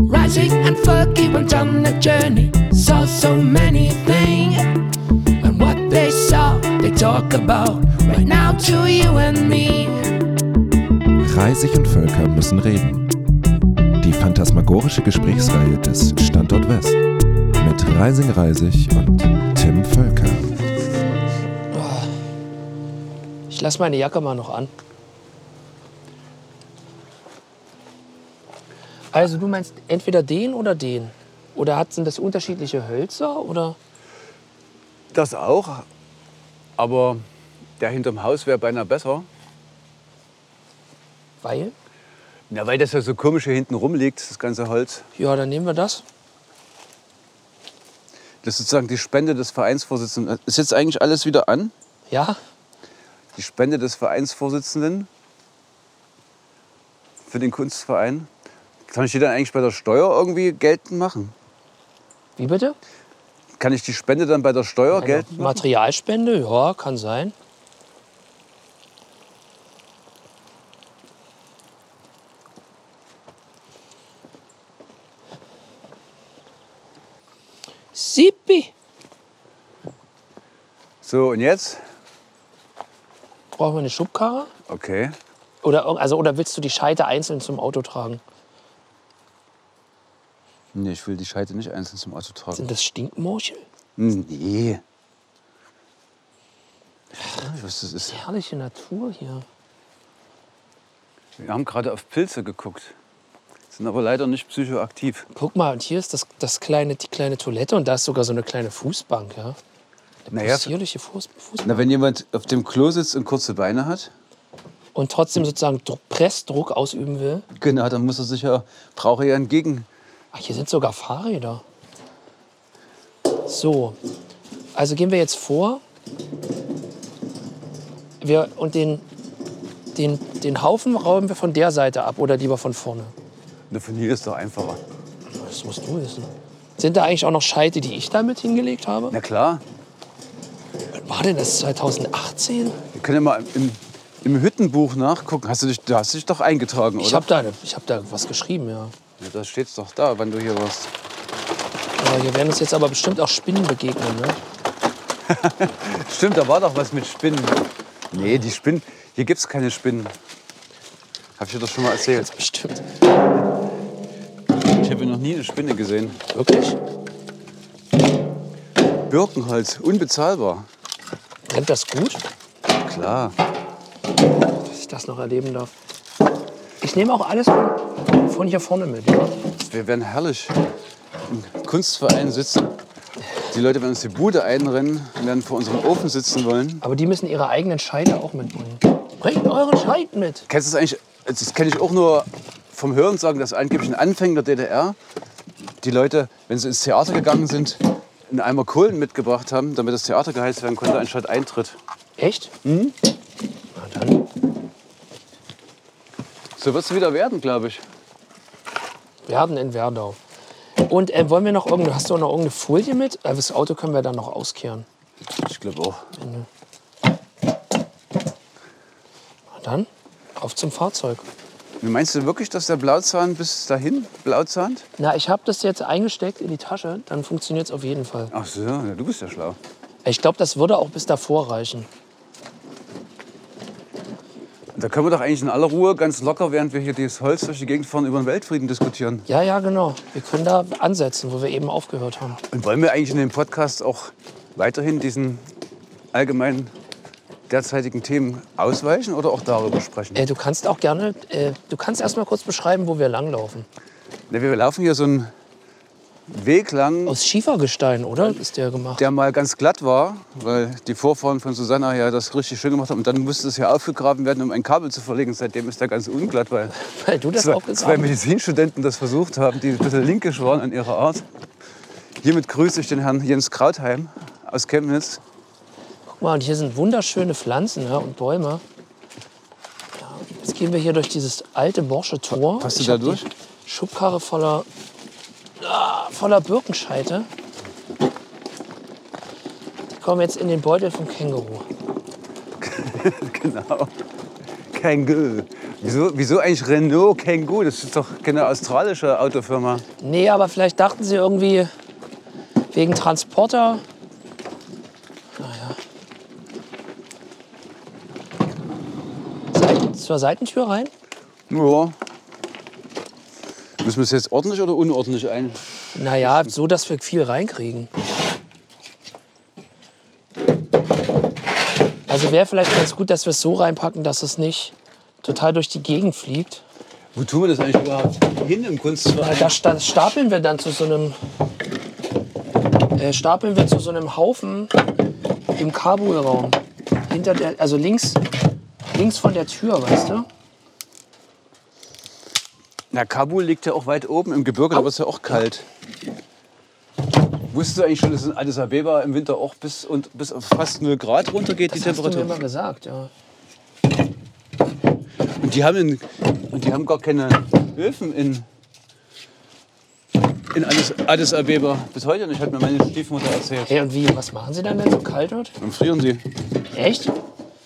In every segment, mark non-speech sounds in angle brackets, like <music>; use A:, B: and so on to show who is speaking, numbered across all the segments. A: music and fuck it went on a journey. Saw so many things, and what they saw, they talk about right now to you and me.
B: Reisig und Völker müssen reden. Die phantasmagorische Gesprächsreihe des Standort West mit Reising Reisig und Tim Völker.
C: Ich lasse meine Jacke mal noch an. Also du meinst entweder den oder den? Oder hat- sind das unterschiedliche Hölzer? Oder
D: Das auch. Aber der hinterm Haus wäre beinahe besser.
C: weil?
D: Na, weil das ja so komisch hier hinten rumliegt, das ganze Holz.
C: Ja, dann nehmen wir das.
D: Das ist sozusagen die Spende des Vereinsvorsitzenden. Ist jetzt eigentlich alles wieder an?
C: Ja,
D: Die Spende des Vereinsvorsitzenden für den Kunstverein. Kann ich die dann eigentlich bei der Steuer irgendwie geltend machen?
C: wie bitte? Also,
D: Kann ich die Spende dann bei der Steuer geltend machen?
C: Materialspende, ja, kann sein. Sippi.
D: So, und jetzt?
C: Brauchen wir eine Schubkarre?
D: Okay.
C: Oder, irg- also, oder willst du die Scheite einzeln zum Auto tragen?
D: Nee, ich will die Scheite nicht einzeln zum Auto tragen.
C: Sind das Stinkmorchel?
D: Nee. Ich weiß nicht, was das ist.
C: Herrliche Natur hier.
D: Wir haben gerade auf Pilze geguckt, sind aber leider nicht psychoaktiv.
C: Guck mal, und hier ist das, das kleine, die kleine Toilette und da ist sogar so eine kleine Fußbank. Ja? Ne.
D: Naja,
C: Possierliche Fuß, Fußbank.
D: na, wenn jemand auf dem Klo sitzt und kurze Beine hat,
C: Und trotzdem sozusagen Druck, Pressdruck ausüben will.
D: genau, dann muss er sich ja, braucht er ja einen Gegen.
C: Ach, hier sind sogar Fahrräder. So, also gehen wir jetzt vor. Wir, und den, den, den Haufen rauben wir von der Seite ab oder lieber von vorne.
D: Na, von hier ist doch einfacher.
C: Das musst du wissen. Sind da eigentlich auch noch Scheite, die ich damit hingelegt habe?
D: Na klar,
C: Wann War denn das 2018?
D: wir können ja mal im, im Hüttenbuch nachgucken. Hast du dich, du hast dich doch eingetragen,
C: Ich
D: oder?
C: habe da, ich hab da was geschrieben, ja.
D: Ja, da steht's doch da, wann du hier warst.
C: Aber hier werden uns jetzt aber bestimmt auch Spinnen begegnen, ne?
D: Stimmt, da war doch was mit Spinnen. Nee, die Spinnen, hier gibt's keine Spinnen. Hab ich dir doch schon mal erzählt.
C: Bestimmt.
D: Ich habe noch nie eine Spinne gesehen.
C: Wirklich?
D: Birkenholz, unbezahlbar.
C: Brennt das gut,
D: Klar.
C: dass ich das noch erleben darf? Ich nehme auch alles von, von hier vorne mit. Ja?
D: Wir werden herrlich im Kunstverein sitzen. Die Leute werden uns die Bude einrennen, werden vor unserem Ofen sitzen wollen.
C: Aber die müssen ihre eigenen Scheite auch mitbringen. Bringt euren Scheit mit.
D: Kennst du das eigentlich? Das kenne ich auch nur vom Hören sagen, dass angeblich in Anfängen der DDR die Leute, wenn sie ins Theater gegangen sind, einen Eimer Kohlen mitgebracht haben, damit das Theater geheizt werden konnte, anstatt Eintritt.
C: Echt? Mhm. Na dann.
D: So wird es wieder werden, glaube ich.
C: Werden in Werdau. Und äh, wollen wir noch irgendeine, hast du auch noch irgendeine Folie mit? Äh, Das Auto können wir dann noch auskehren.
D: Ich glaube auch.
C: Na dann, auf zum Fahrzeug.
D: Wie Meinst du wirklich, dass der Blauzahn bis dahin blauzahnt?
C: Na, ich habe das jetzt eingesteckt in die Tasche, dann funktioniert es auf jeden Fall.
D: Ach so, ja, du bist ja schlau.
C: Ich glaube, das würde auch bis davor reichen.
D: Da können wir doch eigentlich in aller Ruhe ganz locker, während wir hier dieses Holz durch die Gegend fahren, über den Weltfrieden diskutieren.
C: Ja, ja, genau. Wir können da ansetzen, wo wir eben aufgehört haben.
D: Und wollen wir eigentlich in dem Podcast auch weiterhin diesen allgemeinen derzeitigen Themen ausweichen oder auch darüber sprechen?
C: Äh, du kannst auch gerne, äh, du kannst erst mal kurz beschreiben, wo wir langlaufen.
D: Ne, Wir laufen hier so einen Weg lang,
C: Aus Schiefergestein, oder? Ist der gemacht.
D: der mal ganz glatt war, weil die Vorfahren von Susanna ja das richtig schön gemacht haben. Und dann musste es hier aufgegraben werden, um ein Kabel zu verlegen. Seitdem ist der ganz unglatt, weil
C: Weil du das
D: zwei,
C: auch gesagt
D: zwei
C: hast.
D: Medizinstudenten das versucht haben, die ein bisschen linkisch waren an ihrer Art. Hiermit grüße ich den Herrn Jens Krautheim aus Chemnitz. <laughs>
C: Guck mal, und hier sind wunderschöne Pflanzen ja, und Bäume. Ja, jetzt gehen wir hier durch dieses alte Borsche Tor.
D: Passt du
C: Ich
D: da
C: hab die
D: durch?
C: Schubkarre voller, ah, voller Birkenscheite. Die kommen jetzt in den Beutel vom Känguru.
D: genau. Känguru. Wieso, wieso eigentlich Renault Kangoo? Das ist doch keine australische Autofirma.
C: Nee, aber vielleicht dachten sie irgendwie wegen Transporter. Ah, Naja. Seiten- Zur Seitentür rein?
D: Ja. Müssen wir es jetzt ordentlich oder unordentlich ein?
C: Naja, so dass wir viel reinkriegen. Also wäre vielleicht ganz gut, dass wir es so reinpacken, dass es nicht total durch die Gegend fliegt.
D: Wo tun wir das eigentlich überhaupt hin im Kunstverein?
C: Weil Da sta- stapeln wir dann zu so einem äh, stapeln wir zu so einem Haufen im Kabulraum. Hinter der, also links, links von der Tür, weißt du?
D: Na, Kabul liegt ja auch weit oben im Gebirge, da wird es ja auch kalt. Wusstest du eigentlich schon, dass in Addis Abeba im Winter auch bis, und, bis auf fast 0 Grad runtergeht, die
C: Das hast du mir
D: Temperatur?
C: mal gesagt, ja.
D: Und die haben, in, und die haben gar keine Öfen in, in Addis, Addis Abeba. Bis heute nicht, hat mir meine Stiefmutter erzählt.
C: Hey, und wie, was machen sie dann, wenn so kalt wird?
D: Dann frieren sie
C: Echt?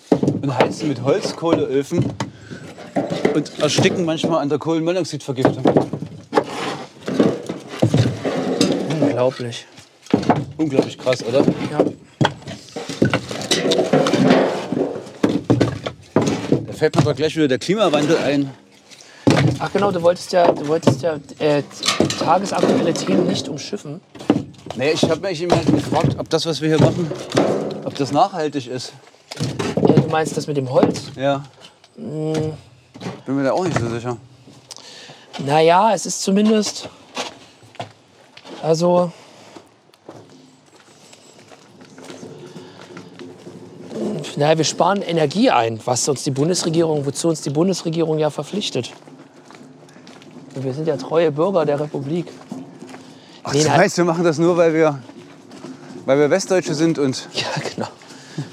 D: und heizen mit Holzkohleöfen und ersticken manchmal an der Kohlenmonoxidvergiftung.
C: Unglaublich.
D: Unglaublich krass, oder?
C: Ja.
D: Da fällt mir doch gleich wieder der Klimawandel ein.
C: Ach genau, du wolltest ja, du wolltest ja äh, tagesaktuelle Themen nicht umschiffen.
D: Nee, ich habe mich immer gefragt, ob das, was wir hier machen, ob das nachhaltig ist.
C: Äh, du meinst das mit dem Holz?
D: Ja. Mm. Bin mir da auch nicht so sicher.
C: Naja, es ist zumindest. Also. Naja, wir sparen Energie ein, was uns die Bundesregierung, wozu uns die Bundesregierung ja verpflichtet. Und wir sind ja treue Bürger der Republik. <laughs>
D: Ach,
C: Nee,
D: du
C: na-
D: meinst, wir machen das nur, weil wir, weil wir Westdeutsche sind und
C: Ja, genau.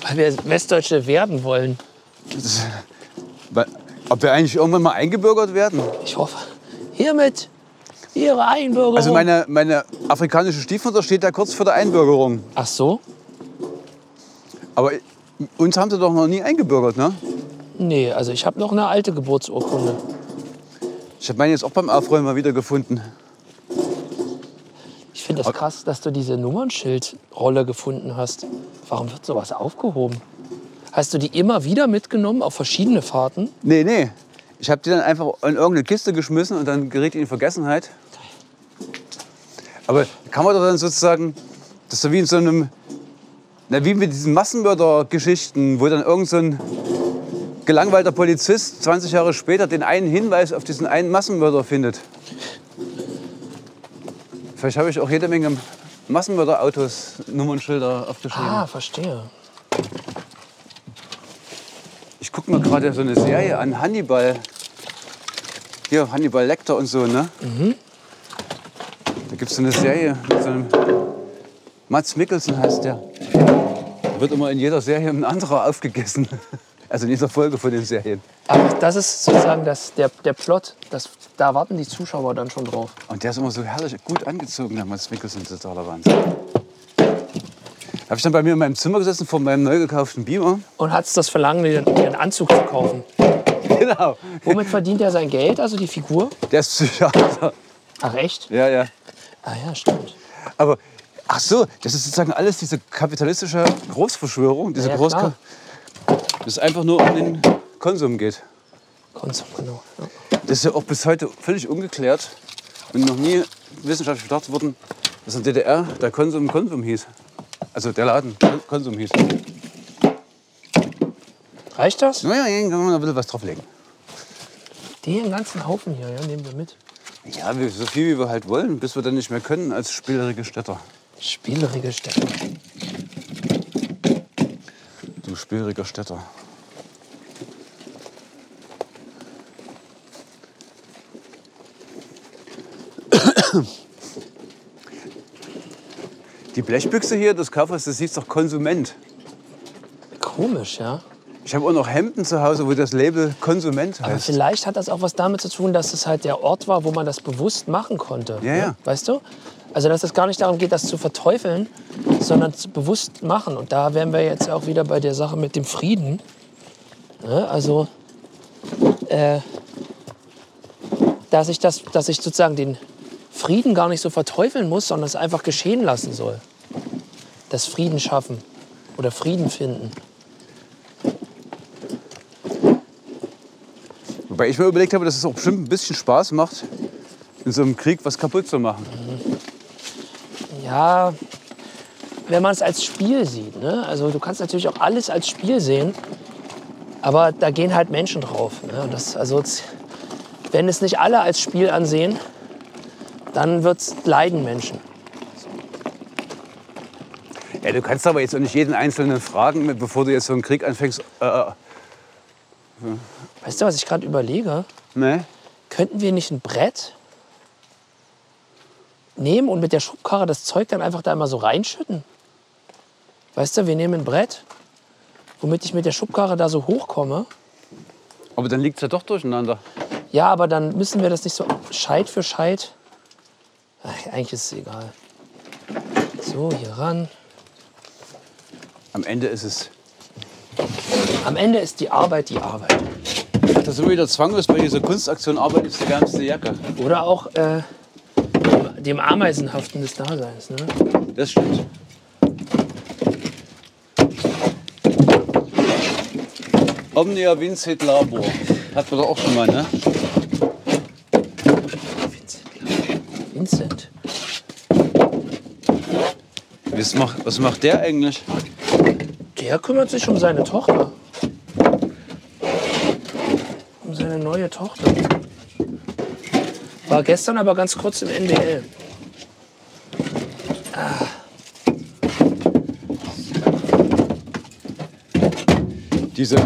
C: Weil wir Westdeutsche werden wollen.
D: weil, ob wir eigentlich irgendwann mal eingebürgert werden?
C: Ich hoffe, hiermit Ihre Einbürgerung.
D: Also meine, meine afrikanische Stiefmutter steht da kurz vor der Einbürgerung.
C: Ach so?
D: Aber uns haben sie doch noch nie eingebürgert, ne?
C: Nee, also ich habe noch eine alte Geburtsurkunde.
D: Ich habe meine jetzt auch beim Aufräumen mal wieder gefunden.
C: Ich finde das krass, dass du diese Nummernschildrolle gefunden hast. Warum wird sowas aufgehoben? Hast du die immer wieder mitgenommen auf verschiedene Fahrten?
D: Nee, nee. Ich habe die dann einfach in irgendeine Kiste geschmissen und dann geriet die in Vergessenheit. Aber kann man doch dann sozusagen, das ist so wie in so einem, na wie mit diesen Massenmörder-Geschichten, wo dann irgend so ein gelangweilter Polizist 20 Jahre später den einen Hinweis auf diesen einen Massenmörder findet. Vielleicht habe ich auch jede Menge Massenmörderautos, Nummernschilder aufgeschrieben.
C: Ah, verstehe.
D: Ich gucke mir gerade so eine Serie an, Hannibal. Hier, Hannibal Lecter und so, ne? Da gibt es so eine Serie mit so einem. Mats Mikkelsen heißt der. Da wird immer in jeder Serie ein anderer aufgegessen. <laughs> Also in jeder Folge von den Serien.
C: Aber das ist sozusagen das, der, der Plot. Das, da warten die Zuschauer dann schon drauf.
D: Und der ist immer so herrlich gut angezogen, der Mats Mikkelsen, totaler Wahnsinn. Habe ich dann bei mir in meinem Zimmer gesessen, vor meinem neu gekauften Beamer. <laughs>
C: Und hat's das Verlangen, dir dir einen Anzug zu kaufen?
D: Genau.
C: Womit verdient er sein Geld, also die Figur?
D: Der ist Psychiater.
C: Ach, echt?
D: Ja, ja.
C: Ah ja, stimmt.
D: Aber ach so, das ist sozusagen alles diese kapitalistische Großverschwörung, diese
C: Ja,
D: Groß
C: klar.
D: das ist einfach nur um den Konsum geht.
C: Konsum, genau. Ja.
D: Das ist ja auch bis heute völlig ungeklärt und noch nie wissenschaftlich bedacht worden, dass in der DDR der Konsum Konsum hieß. Also der Laden Kon- Konsum hieß.
C: Reicht das?
D: Naja, hier kann man ein bisschen was drauflegen.
C: Den ganzen Haufen hier, ja, nehmen wir mit.
D: Ja, wir- so viel wie wir halt wollen, bis wir dann nicht mehr können als spielerige Städter.
C: Spielerige Städte.
D: Du spieleriger Städter. Die Blechbüchse hier des Kaffers, das hieß doch Konsument.
C: Komisch, ja.
D: Ich habe auch noch Hemden zu Hause, wo das Label Konsument
C: Aber
D: heißt.
C: vielleicht hat das auch was damit zu tun, dass es halt der Ort war, wo man das bewusst machen konnte.
D: Ja,
C: ne?
D: ja.
C: Weißt du? Also, dass es gar nicht darum geht, das zu verteufeln, sondern zu bewusst machen. Und da wären wir jetzt auch wieder bei der Sache mit dem Frieden. Ne? Also, äh, dass ich, das, dass ich sozusagen den Frieden gar nicht so verteufeln muss, sondern es einfach geschehen lassen soll. Das Frieden schaffen oder Frieden finden.
D: Wobei ich mir überlegt habe, dass es auch bestimmt ein bisschen Spaß macht, in so einem Krieg was kaputt zu machen.
C: Ja, wenn man es als Spiel sieht. Ne? Also du kannst natürlich auch alles als Spiel sehen, aber da gehen halt Menschen drauf. Ne? Und Das, also, z- wenn es nicht alle als Spiel ansehen, dann wird's leiden Menschen.
D: Ja, du kannst aber jetzt auch nicht jeden Einzelnen fragen, bevor du jetzt so einen Krieg anfängst. Äh,
C: Weißt du, was ich gerade überlege?
D: ne?
C: Könnten wir nicht ein Brett nehmen und mit der Schubkarre das Zeug dann einfach da immer so reinschütten? Weißt du, wir nehmen ein Brett, womit ich mit der Schubkarre da so hochkomme.
D: Aber dann liegt es ja doch durcheinander.
C: Ja, aber dann müssen wir das nicht so Scheit für Scheit. Ach, eigentlich ist es egal. So, hier ran.
D: Am Ende ist es.
C: Am Ende ist die Arbeit die Arbeit.
D: Das ist immer wieder zwanglos bei dieser Kunstaktion Arbeit ist die ganze Jacke.
C: Oder auch äh, dem Ameisenhaften des Daseins. Ne?
D: Das stimmt. Omnia Vincit Labor. Hat man doch auch schon mal, ne?
C: Vincent.
D: Was macht, was macht der eigentlich?
C: Der kümmert sich um seine Tochter. Um seine neue Tochter. War gestern aber ganz kurz im NDL.
D: Diese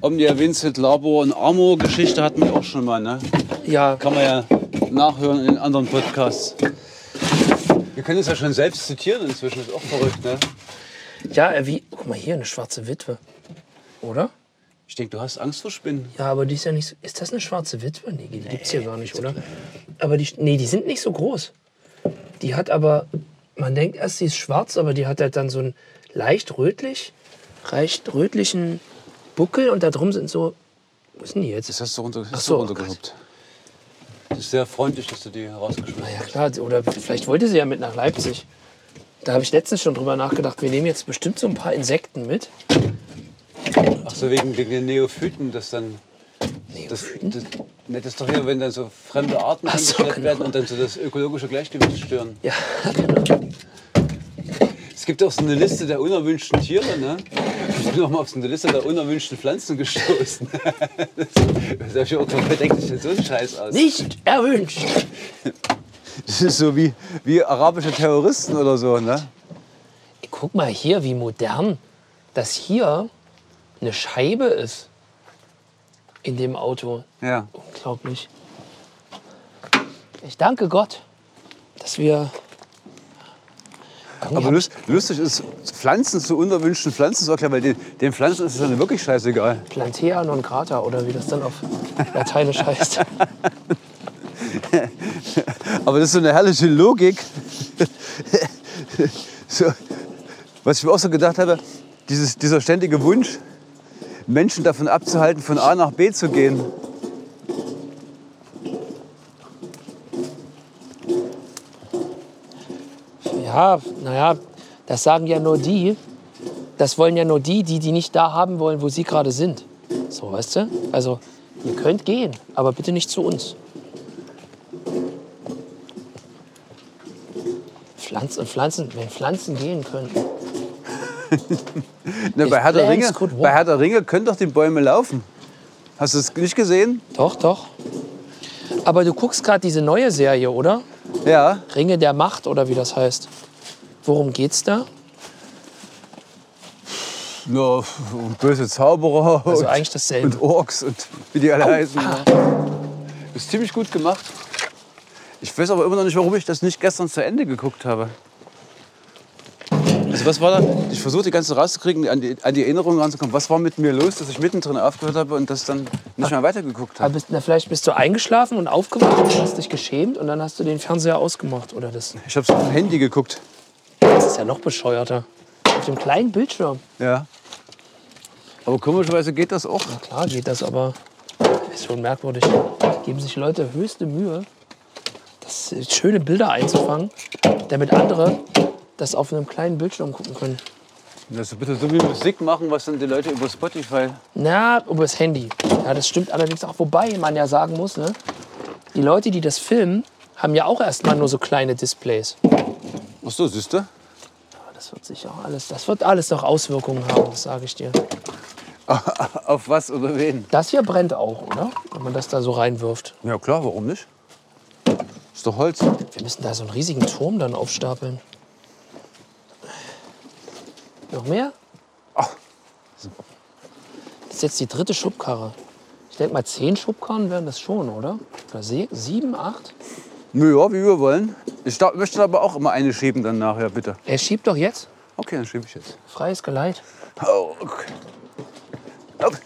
D: Omnia Vincit Labor und Amor Geschichte hatten wir auch schon mal, ne?
C: Ja,
D: Kann man ja nachhören in anderen Podcasts. Wir können es ja schon selbst zitieren inzwischen, ist auch verrückt, ne?
C: ja, äh, wie. Guck mal hier, eine schwarze Witwe. Oder?
D: Ich denke, du hast Angst vor Spinnen.
C: Ja, aber die ist ja nicht so. Ist das eine schwarze Witwe? Nee, die gibt's hier gar nicht, oder? Aber die. Nee, die sind nicht so groß. Die hat aber. Man denkt erst, sie ist schwarz, aber die hat halt dann so einen leicht rötlich, leicht rötlichen Buckel und da drum sind so. Wo ist denn die jetzt?
D: Das hast du runter, hast
C: so,
D: du runtergehobt. Das ist sehr freundlich, dass du die herausgeschmissen
C: Na ja, klar. Oder vielleicht wollte sie ja mit nach Leipzig. Da habe ich letztens schon drüber nachgedacht. Wir nehmen jetzt bestimmt so ein paar Insekten mit.
D: hast. Ach so, wegen, wegen den Neophyten, dass dann... Das, das, ne, das ist doch hier, wenn dann so fremde Arten
C: so,
D: angeschleppt
C: genau.
D: werden und dann so das ökologische Gleichgewicht stören.
C: Ja, <laughs> genau.
D: Es gibt auch so eine Liste der unerwünschten Tiere, ne? Ich bin auch mal auf so eine Liste der unerwünschten Pflanzen gestoßen. <laughs> das habe ich auch komplett denkt sich denn so ein Scheiß aus.
C: Nicht erwünscht.
D: Das ist so wie, wie arabische Terroristen oder so, ne?
C: Guck mal hier, wie modern das hier eine Scheibe ist in dem Auto.
D: Ja.
C: Unglaublich. Ich danke Gott, dass wir. Irgendwie
D: Aber
C: hab
D: lust, lustig ist, Pflanzen zu unerwünschten Pflanzen zu erklären, weil den, den Pflanzen ist es dann wirklich scheißegal.
C: ich Plantea non grata oder wie das dann auf Lateinisch heißt.
D: Aber das ist so eine herrliche Logik. <laughs> so, was ich mir auch so gedacht habe, dieses, dieser ständige Wunsch, Menschen davon abzuhalten, von A nach B zu gehen.
C: Ja, naja, das sagen ja nur die. Das wollen ja nur die, die die nicht da haben wollen, wo sie gerade sind. So, weißt du? Also, ihr könnt gehen, aber bitte nicht zu uns. Pflanzen, äh, Pflanzen, wenn Pflanzen gehen könnten.
D: Ne, bei,
C: If
D: Herr der
C: plants
D: Ringe,
C: could walk.
D: bei Herr der Ringe können doch die Bäume laufen. Hast du es nicht gesehen?
C: Doch, doch. Aber du guckst gerade diese neue Serie, oder?
D: Ja.
C: Ringe der Macht oder wie das heißt. Worum geht's da?
D: Nur böse Zauberer
C: Also
D: und,
C: eigentlich dasselbe.
D: und Orks und wie die alle heißen. Ist ziemlich gut gemacht. Ich weiß aber immer noch nicht, warum ich das nicht gestern zu Ende geguckt habe. Also was war da? Ich versuche die ganze rauszukriegen, an die, an die Erinnerung ranzukommen. Was war mit mir los, dass ich mittendrin aufgehört habe und das dann nicht mehr weitergeguckt
C: Ah,
D: habe?
C: bist, na, vielleicht bist du eingeschlafen und aufgewacht und hast dich geschämt und dann hast du den Fernseher ausgemacht oder das.
D: Ich habe es auf dem Handy geguckt.
C: Das ist ja noch bescheuerter. Auf dem kleinen Bildschirm.
D: Ja. Aber komischerweise geht das auch.
C: Klar geht das, aber ist schon merkwürdig. Geben sich Leute höchste Mühe, das, äh, schöne Bilder einzufangen, damit andere das auf einem kleinen Bildschirm gucken können.
D: Das ist bitte so wie Musik machen, was dann die Leute über Spotify.
C: Na, über das Handy. Ja, das stimmt allerdings auch. Wobei man ja sagen muss, ne, die Leute, die das filmen, haben ja auch erstmal nur so kleine Displays.
D: Ach so, siehst du?
C: Aber Das wird sich auch alles, das wird alles noch Auswirkungen haben, das sage ich dir.
D: Auf was oder wen?
C: Das hier brennt auch, oder? Wenn man das da so reinwirft.
D: Ja klar, warum nicht? Ist doch Holz.
C: Wir müssen da so einen riesigen Turm dann aufstapeln. Noch mehr? Das ist jetzt die dritte Schubkarre. Ich denke mal, zehn Schubkarren wären das schon, oder? Oder se- sieben, acht?
D: Naja, wie wir wollen. Ich da, möchte aber auch immer eine schieben dann nachher, bitte.
C: Er schiebt doch jetzt.
D: Okay, dann schiebe ich jetzt.
C: Freies Geleit.
D: Oh, okay. <laughs> Hopp.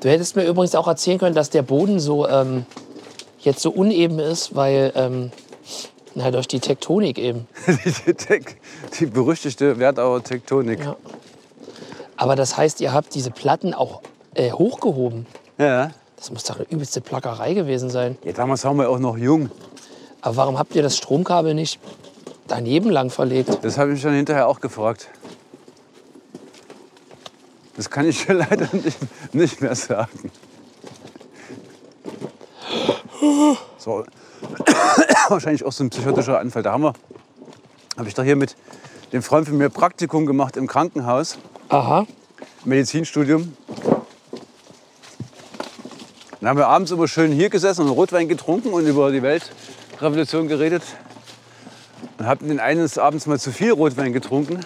C: Du hättest mir übrigens auch erzählen können, dass der Boden so ähm, jetzt so uneben ist, weil ähm, na, durch die Tektonik eben.
D: Die, Tek- die berüchtigte Werdauer Tektonik.
C: Ja. Aber das heißt, ihr habt diese Platten auch äh, hochgehoben.
D: Ja.
C: Das muss doch eine übelste Plackerei gewesen sein.
D: ja. Damals waren wir auch noch jung.
C: Aber warum habt ihr das Stromkabel nicht daneben lang verlegt?
D: Das habe ich mich dann hinterher auch gefragt. Das kann ich dir <laughs> leider nicht, nicht mehr sagen. So. <coughs> Wahrscheinlich auch so ein psychotischer Anfall. Da haben wir, habe ich doch hier mit dem Freund von mir Praktikum gemacht im Krankenhaus,
C: Aha.
D: Medizinstudium. Dann haben wir abends immer schön hier gesessen und Rotwein getrunken und über die Weltrevolution geredet. Und hatten den eines Abends mal zu viel Rotwein getrunken.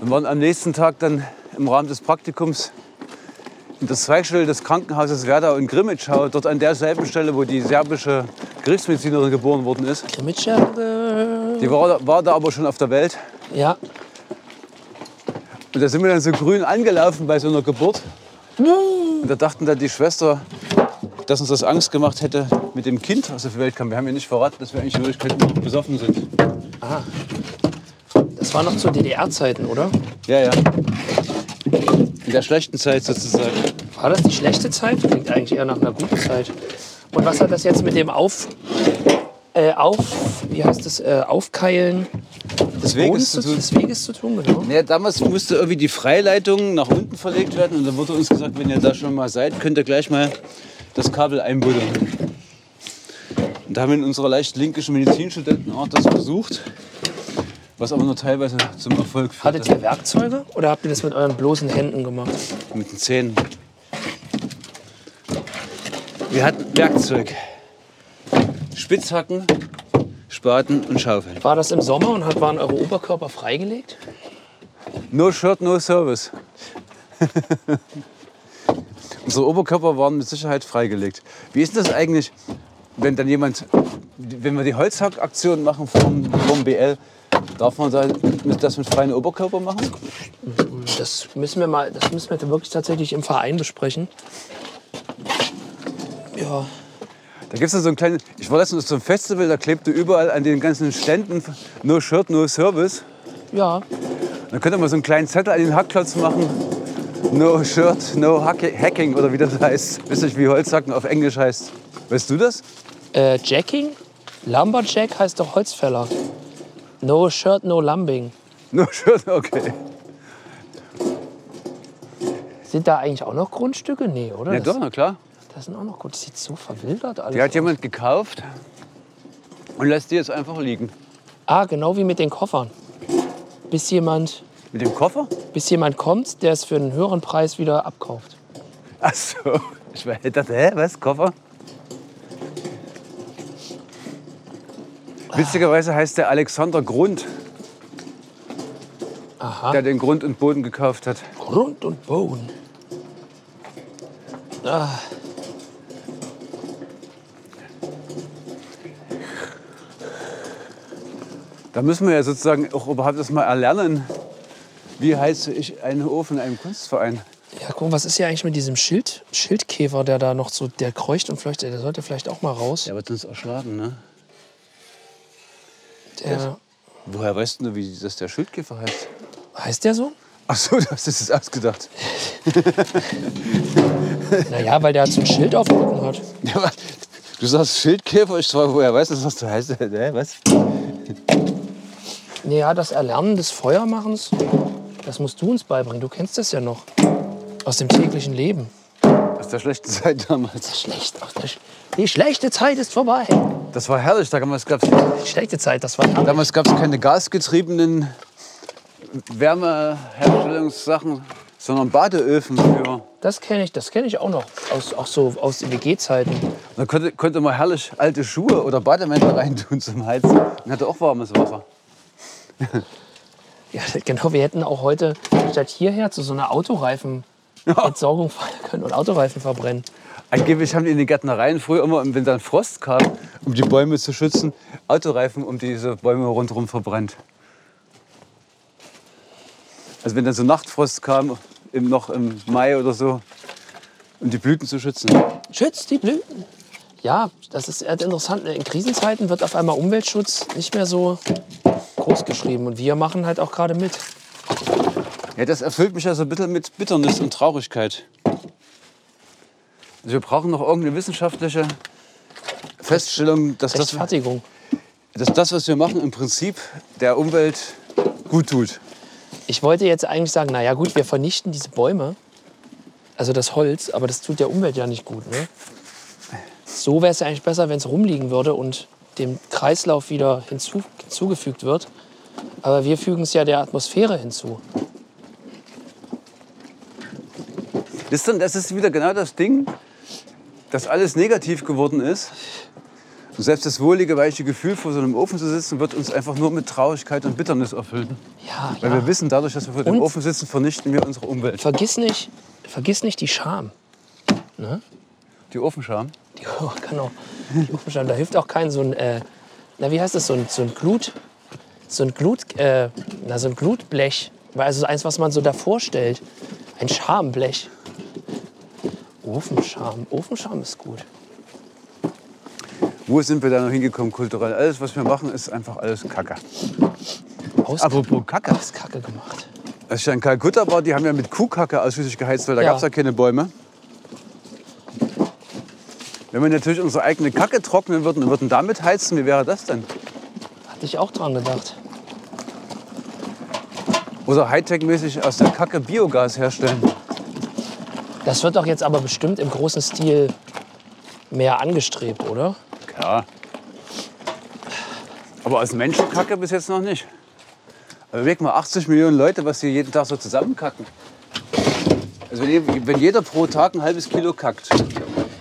D: Und waren am nächsten Tag dann im Rahmen des Praktikums in der Zweigstelle des Krankenhauses Werder und Grimmitschau, dort an derselben Stelle, wo die serbische Gerichtsmedizinerin geboren worden ist.
C: Krimitscher.
D: Die war, da- war da aber schon auf der Welt.
C: Ja.
D: Und da sind wir dann so grün angelaufen bei so einer Geburt. Und da dachten dann die Schwester, dass uns das Angst gemacht hätte mit dem Kind, was auf die Welt kam. Wir haben ihr nicht verraten, dass wir eigentlich in Wirklichkeit nur besoffen sind.
C: Das war noch zu DDR-Zeiten, oder?
D: Ja, ja. In der schlechten Zeit sozusagen.
C: War das die schlechte Zeit? Klingt eigentlich eher nach einer guten Zeit. Und was hat das jetzt mit dem Auf. Äh, auf. Wie heißt das? Äh, Aufkeilen des,
D: Weges
C: Bodens
D: zu
C: zu,
D: tun.
C: des Weges zu tun, genau.
D: Ja, damals musste irgendwie die Freileitung nach unten verlegt werden und dann wurde uns gesagt, wenn ihr da schon mal seid, könnt ihr gleich mal das Kabel einbuddeln. Und da haben wir in unserer leicht linkischen Medizinstudentenart das versucht, was aber nur teilweise zum Erfolg führte.
C: Hattet ihr Werkzeuge oder habt ihr das mit euren bloßen Händen gemacht?
D: Mit den Zähnen. Wir hatten Werkzeug. Spitzhacken, Spaten und Schaufeln.
C: War das im Sommer und hat, waren eure Oberkörper freigelegt?
D: No shirt, no service. <laughs> Unsere Oberkörper waren mit Sicherheit freigelegt. Wie ist denn das eigentlich, wenn dann jemand, wenn wir die Holzhackaktion machen vom, vom BL, darf man da mit- das mit freiem Oberkörper machen?
C: Das müssen wir mal, das müssen wir wirklich tatsächlich im Verein besprechen. Ja,
D: Da gibt es so ein kleines. Ich war letztens auf so einem Festival, da klebte überall an den ganzen Ständen No Shirt, No Service.
C: ja.
D: Dann könnte man so einen kleinen Zettel an den Hackklotz machen. No Shirt, No Hacki- Hacking oder wie das heißt. Wisst ihr, wie Holzhacken auf Englisch heißt? Weißt du das?
C: Äh, Jacking? Lumberjack heißt doch Holzfäller. No shirt, no lumbing.
D: No Shirt, okay.
C: Sind da eigentlich auch noch Grundstücke? Nee, oder?
D: Ja,
C: das,
D: doch, na klar.
C: das sind auch noch Grundstücke. Das sieht so verwildert alles
D: Die hat
C: aus.
D: jemand gekauft und lässt die jetzt einfach liegen.
C: Ah, genau wie mit den Koffern. Bis jemand,
D: Mit dem Koffer?
C: bis jemand kommt, der es für einen höheren Preis wieder abkauft.
D: Ach so. Ich war- ich dachte, hä, was, Koffer? Witzigerweise heißt der Alexander Grund,
C: Aha.
D: der den Grund und Boden gekauft hat.
C: Grund und Boden. Ah.
D: Da müssen wir ja sozusagen auch überhaupt erst mal erlernen, wie heiße ich einen Ofen in einem Kunstverein.
C: Ja, guck, mal, was ist hier eigentlich mit diesem Schild, Schildkäfer, der da noch so, der kreucht und fleucht, der sollte vielleicht auch mal raus.
D: Der wird uns erschlagen, ne?
C: Der, Äh,
D: Woher weißt du, wie das der Schildkäfer heißt?
C: heißt der so?
D: Ach so, <laughs> du hast es ausgedacht.
C: Naja, weil der so ein Schild auf dem Rücken hat.
D: Du sagst Schildkäfer, ich frage, woher weißt du, was du heißt? Hä, was?
C: Naja, das Erlernen des Feuermachens, das musst du uns beibringen. Du kennst das ja noch. Aus dem täglichen Leben.
D: Aus der <laughs> schlechten Zeit damals.
C: Schlecht. Ach, das- Die schlechte Zeit ist vorbei.
D: Das war herrlich. Damals gab es
C: Die schlechte Zeit, das war herrlich.
D: damals gab's keine gasgetriebenen Wärmeherstellungssachen, sondern Badeöfen. Für.
C: Das kenne ich, das kenne ich auch noch. Aus, auch so aus WG-Zeiten.
D: Da konnte, konnte man herrlich alte Schuhe oder Bademäntel reintun zum Heizen. Und hatte auch warmes Wasser.
C: Ja, <laughs> genau, wir hätten auch heute statt hierher zu so einer Autoreifenentsorgung <laughs> fahren können und Autoreifen verbrennen.
D: Angeblich haben die in den Gärtnereien früher immer, wenn dann Frost kam, um die Bäume zu schützen, Autoreifen um diese Bäume rundherum verbrannt. Also wenn dann so Nachtfrost kam, im, noch im Mai oder so, um die Blüten zu schützen.
C: Schützt die Blüten. Ja, das ist echt interessant. ne? In Krisenzeiten wird auf einmal Umweltschutz nicht mehr so groß geschrieben. Und wir machen halt auch gerade mit.
D: Ja, das erfüllt mich ja so ein bisschen mit Bitternis und Traurigkeit. Also wir brauchen noch irgendeine wissenschaftliche Feststellung, dass das,
C: Rechtfertigung.
D: dass das, was wir machen, im Prinzip der Umwelt gut tut.
C: Ich wollte jetzt eigentlich sagen, naja gut, wir vernichten diese Bäume, also das Holz, aber das tut der Umwelt ja nicht gut. Ne? So wäre es ja eigentlich besser, wenn es rumliegen würde und dem Kreislauf wieder hinzu, hinzugefügt wird. Aber wir fügen es ja der Atmosphäre hinzu.
D: Wisst ihr, das ist wieder genau das Ding, dass alles negativ geworden ist. Und selbst das wohlige, weiche Gefühl, vor so einem Ofen zu sitzen, wird uns einfach nur mit Traurigkeit und Bitternis erfüllen.
C: Ja,
D: Weil
C: ja.
D: wir wissen, dadurch, dass wir vor dem
C: Und-
D: Ofen sitzen, vernichten wir unsere Umwelt.
C: Vergiss nicht, vergiss nicht die Scham.
D: Die Ofenscham.
C: Die, genau, die Ofenscham. Da hilft auch kein so ein, äh, na wie heißt das, so ein, so ein Glut, so ein Glut, äh, na so ein Glutblech. Also eins, was man so davor stellt. Ein Schamblech. Ofenscham. Ofenscham ist gut.
D: Wo sind wir da noch hingekommen kulturell? Alles, was wir machen, ist einfach alles Kacke.
C: Aus
D: Apropos Kacke.
C: ist Kacke gemacht.
D: Als ich in Kalkutta war, die haben ja mit Kuhkacke ausschließlich geheizt, weil da
C: Ja.
D: gab es ja keine Bäume. Wenn wir natürlich unsere eigene Kacke trocknen würden und würden damit heizen, wie wäre das denn?
C: Hatte ich auch dran gedacht.
D: Oder Hightech-mäßig aus der Kacke Biogas herstellen.
C: Das wird doch jetzt aber bestimmt im großen Stil mehr angestrebt, oder?
D: Ja. Aber aus Menschenkacke bis jetzt noch nicht. Aber Überleg mal, 80 Millionen Leute, was die jeden Tag so zusammenkacken. Also wenn, je- wenn jeder pro Tag ein halbes Kilo kackt,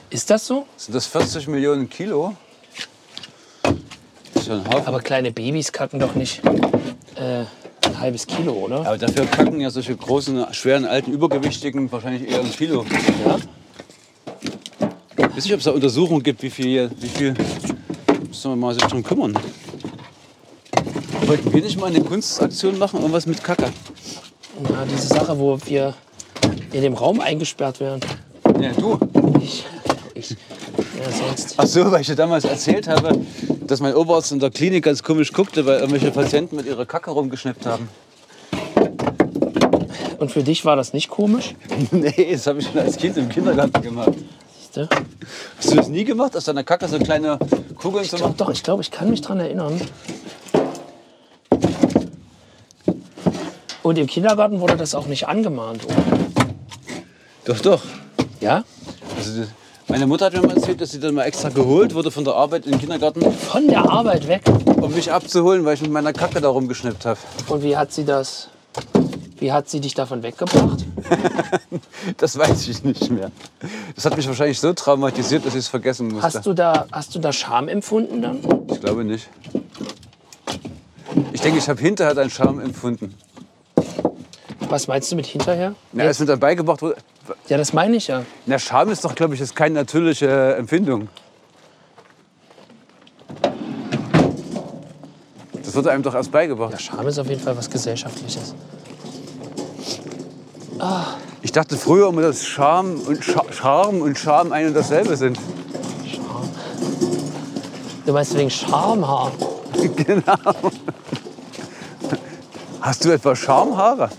C: Ist das so?
D: sind das 40 Millionen Kilo. Das ist ja ein Haufen.
C: Aber kleine Babys kacken doch nicht äh, ein halbes Kilo, oder?
D: Aber dafür kacken ja solche großen, schweren, alten, übergewichtigen wahrscheinlich eher ein Kilo.
C: Ja?
D: Ich weiß nicht, ob es da Untersuchungen gibt, wie viel, wie viel müssen wir mal sich drum kümmern. Wollten wir nicht mal eine Kunstaktion machen, irgendwas mit Kacke?
C: Na, diese Sache, wo wir in dem Raum eingesperrt werden.
D: Ja, du.
C: Ich, ich, ja, sonst.
D: Ach so, weil ich dir damals erzählt habe, dass mein Oberarzt in der Klinik ganz komisch guckte, weil irgendwelche Patienten mit ihrer Kacke rumgeschnippt haben.
C: Und für dich war das nicht komisch?
D: <laughs> nee, das habe ich schon als Kind im Kindergarten gemacht.
C: Siehste?
D: Hast du das nie gemacht, aus deiner Kacke so kleine Kugeln zu
C: Ich
D: machen?
C: glaub, doch, ich glaube, ich kann mich dran erinnern. Und im Kindergarten wurde das auch nicht angemahnt, oder?
D: Doch, doch.
C: Ja?
D: Also, das- meine Mutter hat mir mal erzählt, dass sie dann mal extra geholt wurde von der Arbeit in den Kindergarten,
C: Von der Arbeit weg.
D: um mich abzuholen, weil ich mit meiner Kacke da rumgeschnippt habe.
C: Und wie hat sie das. Wie hat sie dich davon weggebracht?
D: Das weiß ich nicht mehr. Das hat mich wahrscheinlich so traumatisiert, dass ich es vergessen musste.
C: Hast du da, hast du da Scham empfunden dann?
D: Ich glaube nicht. Ich denke, ich habe hinterher deinen Charme empfunden.
C: Was meinst du mit hinterher?
D: Na, als mir dann beigebracht wurde.
C: Ja, das meine ich ja.
D: Na, Scham ist doch, glaube ich, jetzt keine natürliche äh, Empfindung. Das wird einem doch erst beigebracht.
C: Ja, Scham ist auf jeden Fall was Gesellschaftliches.
D: Ich dachte früher immer, dass Scham und Scha Charme und Scham ein und dasselbe sind.
C: Charme. Du meinst wegen Schamhaar?
D: Hast du etwa Schamhaare?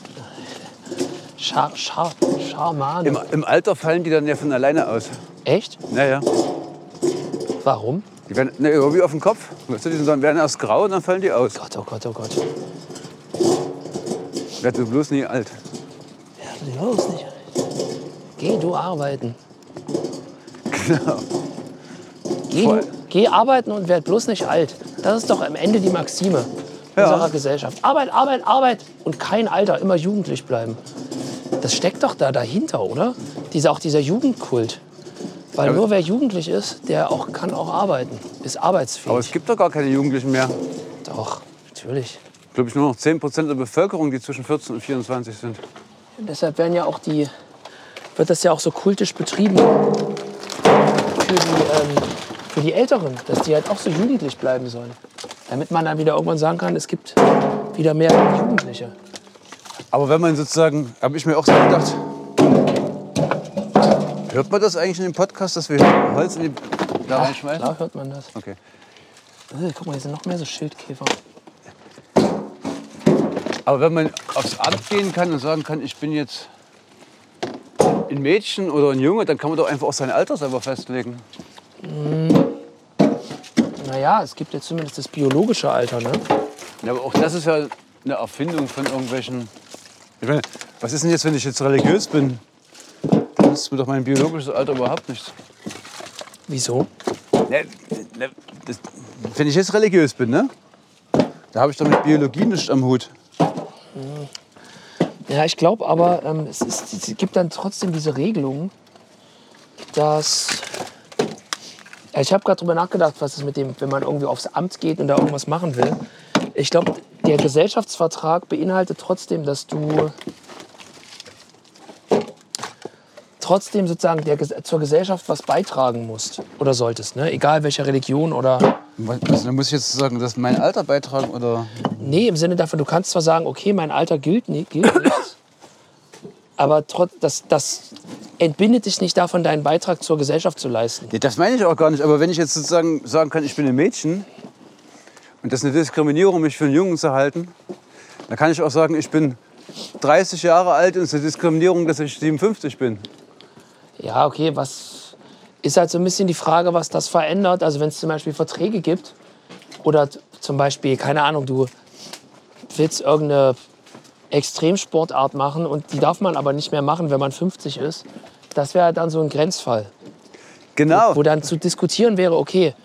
C: Scha Scha Schamane.
D: Im, Im Alter fallen die dann ja von alleine aus.
C: Echt?
D: Naja.
C: Warum?
D: Die werden ne, irgendwie auf dem Kopf. Weißt du, die sind dann, werden erst grau und dann fallen die aus.
C: Gott, oh Gott, oh Gott.
D: Werd du bloß nie alt.
C: Ja, los nicht. Geh du arbeiten.
D: Genau.
C: Geh,
D: Voll.
C: du, geh arbeiten und werd bloß nicht alt. Das ist doch am Ende die Maxime
D: Ja.
C: unserer Gesellschaft. Arbeit, Arbeit, Arbeit und kein Alter, immer jugendlich bleiben. Das steckt doch da dahinter, oder? Dieser, auch dieser Jugendkult. Weil
D: Ja,
C: nur wer jugendlich ist, der auch, kann auch arbeiten, ist arbeitsfähig.
D: Aber es gibt doch gar keine Jugendlichen mehr.
C: Doch, natürlich.
D: Glaube ich nur noch 10% der Bevölkerung, die zwischen 14 und 24 sind.
C: Und deshalb werden ja auch die, wird das ja auch so kultisch betrieben für die, ähm, für die Älteren, dass die halt auch so jugendlich bleiben sollen. Damit man dann wieder irgendwann sagen kann, es gibt wieder mehr Jugendliche.
D: Aber wenn man sozusagen, habe ich mir auch so gedacht, hört man das eigentlich in dem Podcast, dass wir Holz in die, da reinschmeißen?
C: Klar hört man das.
D: Okay.
C: Äh, guck mal, hier sind noch mehr so Schildkäfer.
D: Aber wenn man aufs Amt gehen kann und sagen kann, ich bin jetzt ein Mädchen oder ein Junge, dann kann man doch einfach auch sein Alter selber festlegen.
C: Naja, es gibt ja zumindest das biologische Alter, ne?
D: Ja, aber auch das ist ja eine Erfindung von irgendwelchen. Ich meine, was ist denn jetzt, wenn ich jetzt religiös bin? Dann ist mir doch mein biologisches Alter überhaupt nichts.
C: Wieso?
D: Ne, ne, das, wenn ich jetzt religiös bin, ne? Da habe ich doch mit Biologie nichts am Hut.
C: Ja, ich glaube aber, ähm, es, ist, es gibt dann trotzdem diese Regelung, dass. Ja, ich habe gerade drüber nachgedacht, was es mit dem, wenn man irgendwie aufs Amt geht und da irgendwas machen will. Ich glaube, der Gesellschaftsvertrag beinhaltet trotzdem, dass du trotzdem sozusagen der, Ges- zur Gesellschaft was beitragen musst oder solltest, ne? Egal welcher Religion oder
D: Was- Also, dann muss ich jetzt sagen, dass mein Alter beitragen oder.
C: Nee, im Sinne davon, du kannst zwar sagen, okay, mein Alter gilt nicht, gilt nicht aber trotz, das, das entbindet dich nicht davon, deinen Beitrag zur Gesellschaft zu leisten.
D: Ja, das meine ich auch gar nicht. Aber wenn ich jetzt sozusagen sagen kann, ich bin ein Mädchen und das ist eine Diskriminierung, mich für einen Jungen zu halten, dann kann ich auch sagen, ich bin 30 Jahre alt und es ist eine Diskriminierung, dass ich 57 bin.
C: Ja, okay, was ist halt so ein bisschen die Frage, was das verändert. Also wenn es zum Beispiel Verträge gibt oder t- zum Beispiel, keine Ahnung, du willst irgendeine Extremsportart machen und die darf man aber nicht mehr machen, wenn man 50 ist. Das wäre halt dann so ein Grenzfall.
D: Genau.
C: wo dann zu diskutieren wäre, okay,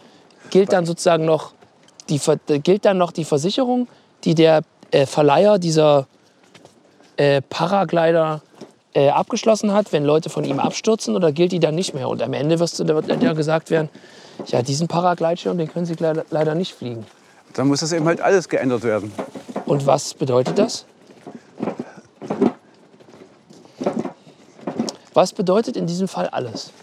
C: gilt dann sozusagen noch die, Ver- gilt dann noch die Versicherung, die der äh, Verleiher dieser äh, Paraglider äh, abgeschlossen hat, wenn Leute von ihm abstürzen oder gilt die dann nicht mehr? Und am Ende wirst du, da wird ja gesagt werden, ja, diesen Paragleitschirm, den können sie leider, leider nicht fliegen.
D: Dann muss das eben halt alles geändert werden.
C: Und was bedeutet das? Was bedeutet in diesem Fall alles?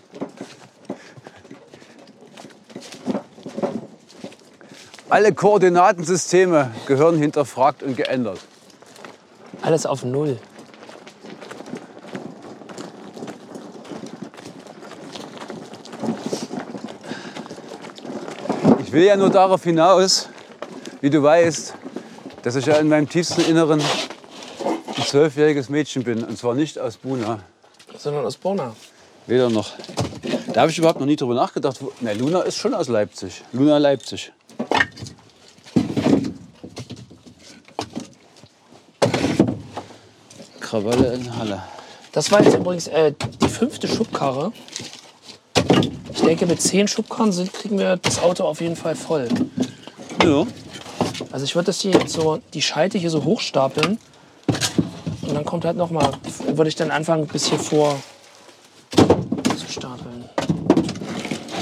D: Alle Koordinatensysteme gehören hinterfragt und geändert.
C: Alles auf Null.
D: Ich will ja nur darauf hinaus, wie du weißt, dass ich ja in meinem tiefsten Inneren ein zwölfjähriges Mädchen bin. Und zwar nicht aus Buna.
C: Sondern aus Bonner.
D: Weder noch. Da habe ich überhaupt noch nie drüber nachgedacht. wo- Na, Luna ist schon aus Leipzig. Luna Leipzig. Krawalle in Halle.
C: Das war jetzt übrigens äh, die fünfte Schubkarre. Ich denke, mit zehn Schubkarren sind, kriegen wir das Auto auf jeden Fall voll.
D: Ja.
C: Also ich würde das hier jetzt so, die Scheite hier so hochstapeln. Und dann kommt halt nochmal, würde ich dann anfangen, bis hier vor zu stapeln.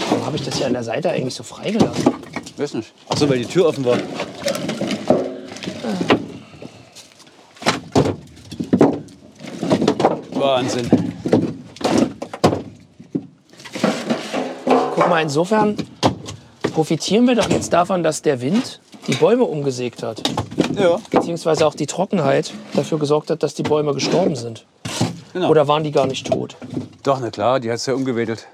C: Warum habe ich das hier an der Seite eigentlich so freigelassen?
D: Weiß nicht. Achso, weil die Tür offen war. Wahnsinn.
C: Guck mal, insofern profitieren wir doch jetzt davon, dass der Wind die Bäume umgesägt hat.
D: Ja,
C: Beziehungsweise auch die Trockenheit dafür gesorgt hat, dass die Bäume gestorben sind.
D: genau.
C: Oder waren die gar nicht tot?
D: Doch, na klar, die hat es ja umgewedelt.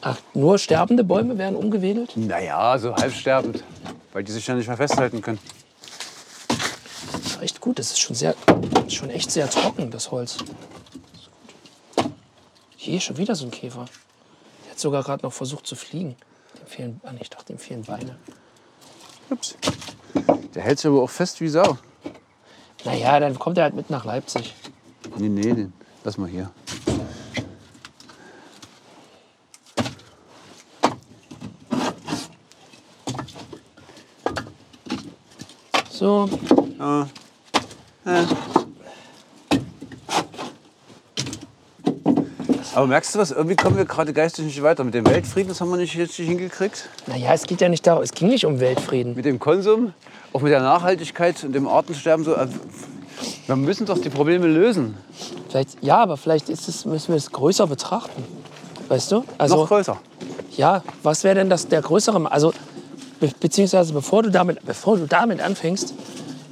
C: Ach, nur sterbende Bäume werden umgewedelt?
D: Naja, so halbsterbend. Weil die sich ja nicht mehr festhalten können.
C: echt gut. Das ist schon sehr, schon echt sehr trocken, das Holz. Das ist gut. Hier schon wieder so ein Käfer. Der hat sogar gerade noch versucht zu fliegen. Dem fehlen, ah, nee, ich dachte, dem fehlen Beine.
D: Ups. Der hält sich aber auch fest wie Sau.
C: Naja, dann kommt er halt mit nach Leipzig.
D: Nee, nee, den lass mal hier.
C: So,
D: Ah, Aber merkst du was? Irgendwie kommen wir gerade geistig nicht weiter. Mit dem Weltfrieden, das haben wir nicht richtig hingekriegt.
C: naja, es geht ja nicht darum. Es ging nicht um Weltfrieden.
D: Mit dem Konsum, auch mit der Nachhaltigkeit und dem Artensterben. So, äh, wir müssen doch die Probleme lösen.
C: Vielleicht, ja, aber vielleicht ist es, müssen wir es größer betrachten. Weißt du? Also,
D: Noch größer.
C: Ja, was wäre denn das der größere? Ma- Also be beziehungsweise bevor du damit, bevor du damit anfängst,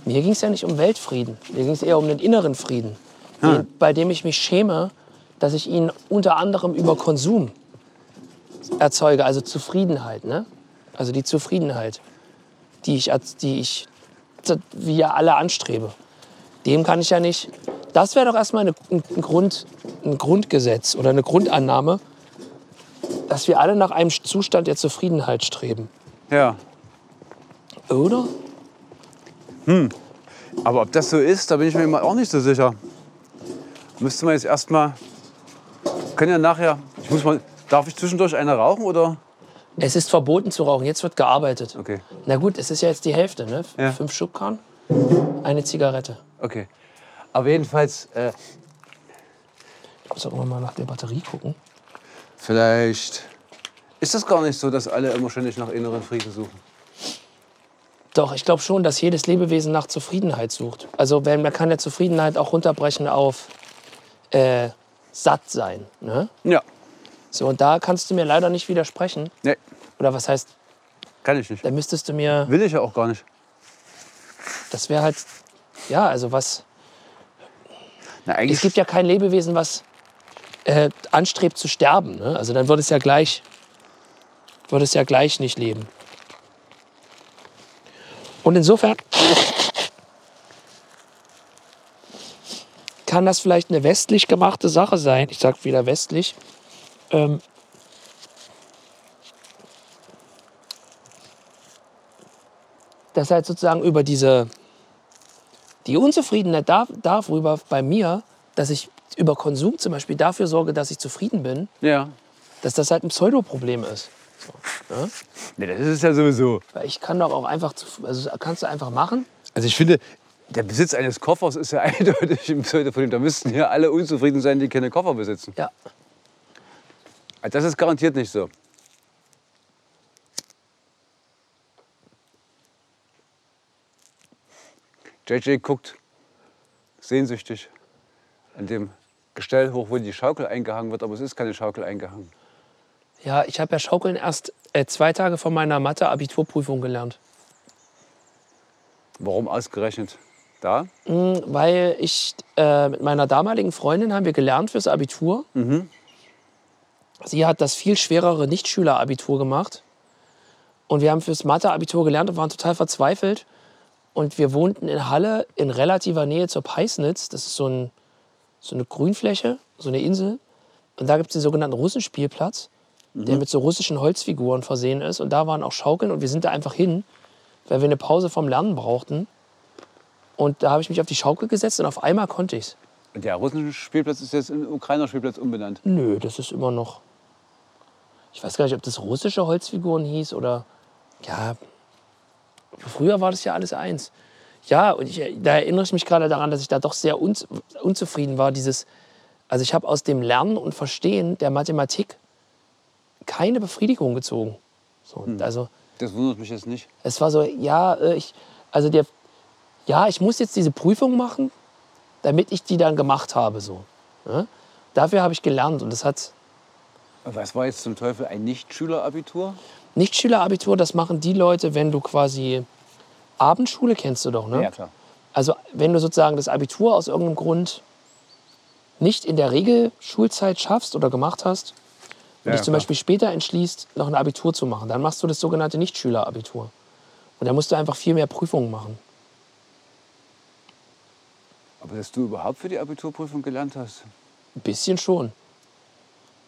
C: mir ging es ja nicht um Weltfrieden. Mir ging es eher um den inneren Frieden, den, bei dem ich mich schäme, dass ich ihn unter anderem über Konsum erzeuge, also Zufriedenheit, ne? Also die Zufriedenheit, die ich, als- die ich, z- wie ja alle anstrebe. Dem kann ich ja nicht. Das wäre doch erstmal eine, ein, ein Grund, ein Grundgesetz oder eine Grundannahme, dass wir alle nach einem Zustand der Zufriedenheit streben.
D: Ja.
C: Oder?
D: Aber ob das so ist, da bin ich mir immer auch nicht so sicher. Müsste man jetzt erstmal. Können ja nachher. Ich muss mal. Darf ich zwischendurch eine rauchen oder?
C: Es ist verboten zu rauchen, jetzt wird gearbeitet.
D: Okay.
C: Na gut, es ist ja jetzt die Hälfte, ne? F-
D: Ja.
C: Fünf Schubkarren, eine Zigarette.
D: Okay. Aber jedenfalls, äh,
C: Ich muss auch immer mal nach der Batterie gucken.
D: vielleicht ist das gar nicht so, dass alle immer ständig nach inneren Frieden suchen.
C: Doch, ich glaube schon, dass jedes Lebewesen nach Zufriedenheit sucht. Also wenn, man kann ja Zufriedenheit auch runterbrechen auf äh, satt sein. Ne?
D: Ja.
C: So, und da kannst du mir leider nicht widersprechen.
D: Nee,
C: Oder was heißt,
D: kann ich nicht.
C: da müsstest du mir
D: Will ich ja auch gar nicht.
C: Das wäre halt, ja, also was.
D: Na,
C: Es gibt ja kein Lebewesen, was äh, anstrebt zu sterben. Ne? Also dann würde es ja gleich, würde es ja gleich nicht leben. Und insofern kann das vielleicht eine westlich gemachte Sache sein. Ich sag wieder westlich. Ähm, dass halt sozusagen über diese die Unzufriedenheit da, darüber bei mir, dass ich über Konsum zum Beispiel dafür sorge, dass ich zufrieden bin,
D: Ja.
C: dass das halt ein Pseudoproblem ist.
D: Nee, das ist es ja sowieso.
C: Weil ich kann doch auch einfach, zu, also kannst du einfach machen.
D: Also ich finde, der Besitz eines Koffers ist ja <laughs> eindeutig im Pseudonym. Da müssten ja alle unzufrieden sein, die keine Koffer besitzen.
C: Ja.
D: Also das ist garantiert nicht so. JJ guckt sehnsüchtig an dem Gestell hoch, wo die Schaukel eingehangen wird, aber es ist keine Schaukel eingehangen.
C: Ja, ich habe ja Schaukeln erst äh, zwei Tage vor meiner Mathe-Abiturprüfung gelernt.
D: Warum ausgerechnet da?
C: Mm, Weil ich äh, mit meiner damaligen Freundin haben wir gelernt fürs Abitur. Sie hat das viel schwerere Nichtschüler-Abitur gemacht. Und wir haben fürs Mathe-Abitur gelernt und waren total verzweifelt. Und wir wohnten in Halle in relativer Nähe zur Peisnitz. Das ist so, ein, so eine Grünfläche, so eine Insel. Und da gibt es den sogenannten Russenspielplatz, der mit so russischen Holzfiguren versehen ist. Und da waren auch Schaukeln und wir sind da einfach hin, weil wir eine Pause vom Lernen brauchten. Und da habe ich mich auf die Schaukel gesetzt und auf einmal konnte ich's.
D: Und Der russische Spielplatz ist jetzt in Ukrainer Spielplatz umbenannt.
C: Nö, das ist immer noch. Ich weiß gar nicht, ob das russische Holzfiguren hieß oder. Ja. Früher war das ja alles eins. Ja, und ich, da erinnere ich mich gerade daran, dass ich da doch sehr unz, unzufrieden war. Dieses, also ich habe aus dem Lernen und Verstehen der Mathematik keine Befriedigung gezogen. So, Also
D: Das wundert mich jetzt nicht.
C: Es war so, ja, äh, ich, also der, ja, ich muss jetzt diese Prüfung machen, damit ich die dann gemacht habe, so. Ne? Dafür habe ich gelernt und das hat
D: Was war jetzt zum Teufel ein Nichtschülerabitur?
C: Nichtschülerabitur, das machen die Leute, wenn du quasi Abendschule kennst du doch, ne?
D: klar.
C: Also wenn du sozusagen das Abitur aus irgendeinem Grund nicht in der Regelschulzeit schaffst oder gemacht hast und
D: Ja,
C: dich zum
D: klar.
C: Beispiel später entschließt, noch ein Abitur zu machen, dann machst du das sogenannte Nichtschülerabitur. Und dann musst du einfach viel mehr Prüfungen machen.
D: Aber dass du überhaupt für die Abiturprüfung gelernt hast,
C: Ein bisschen schon.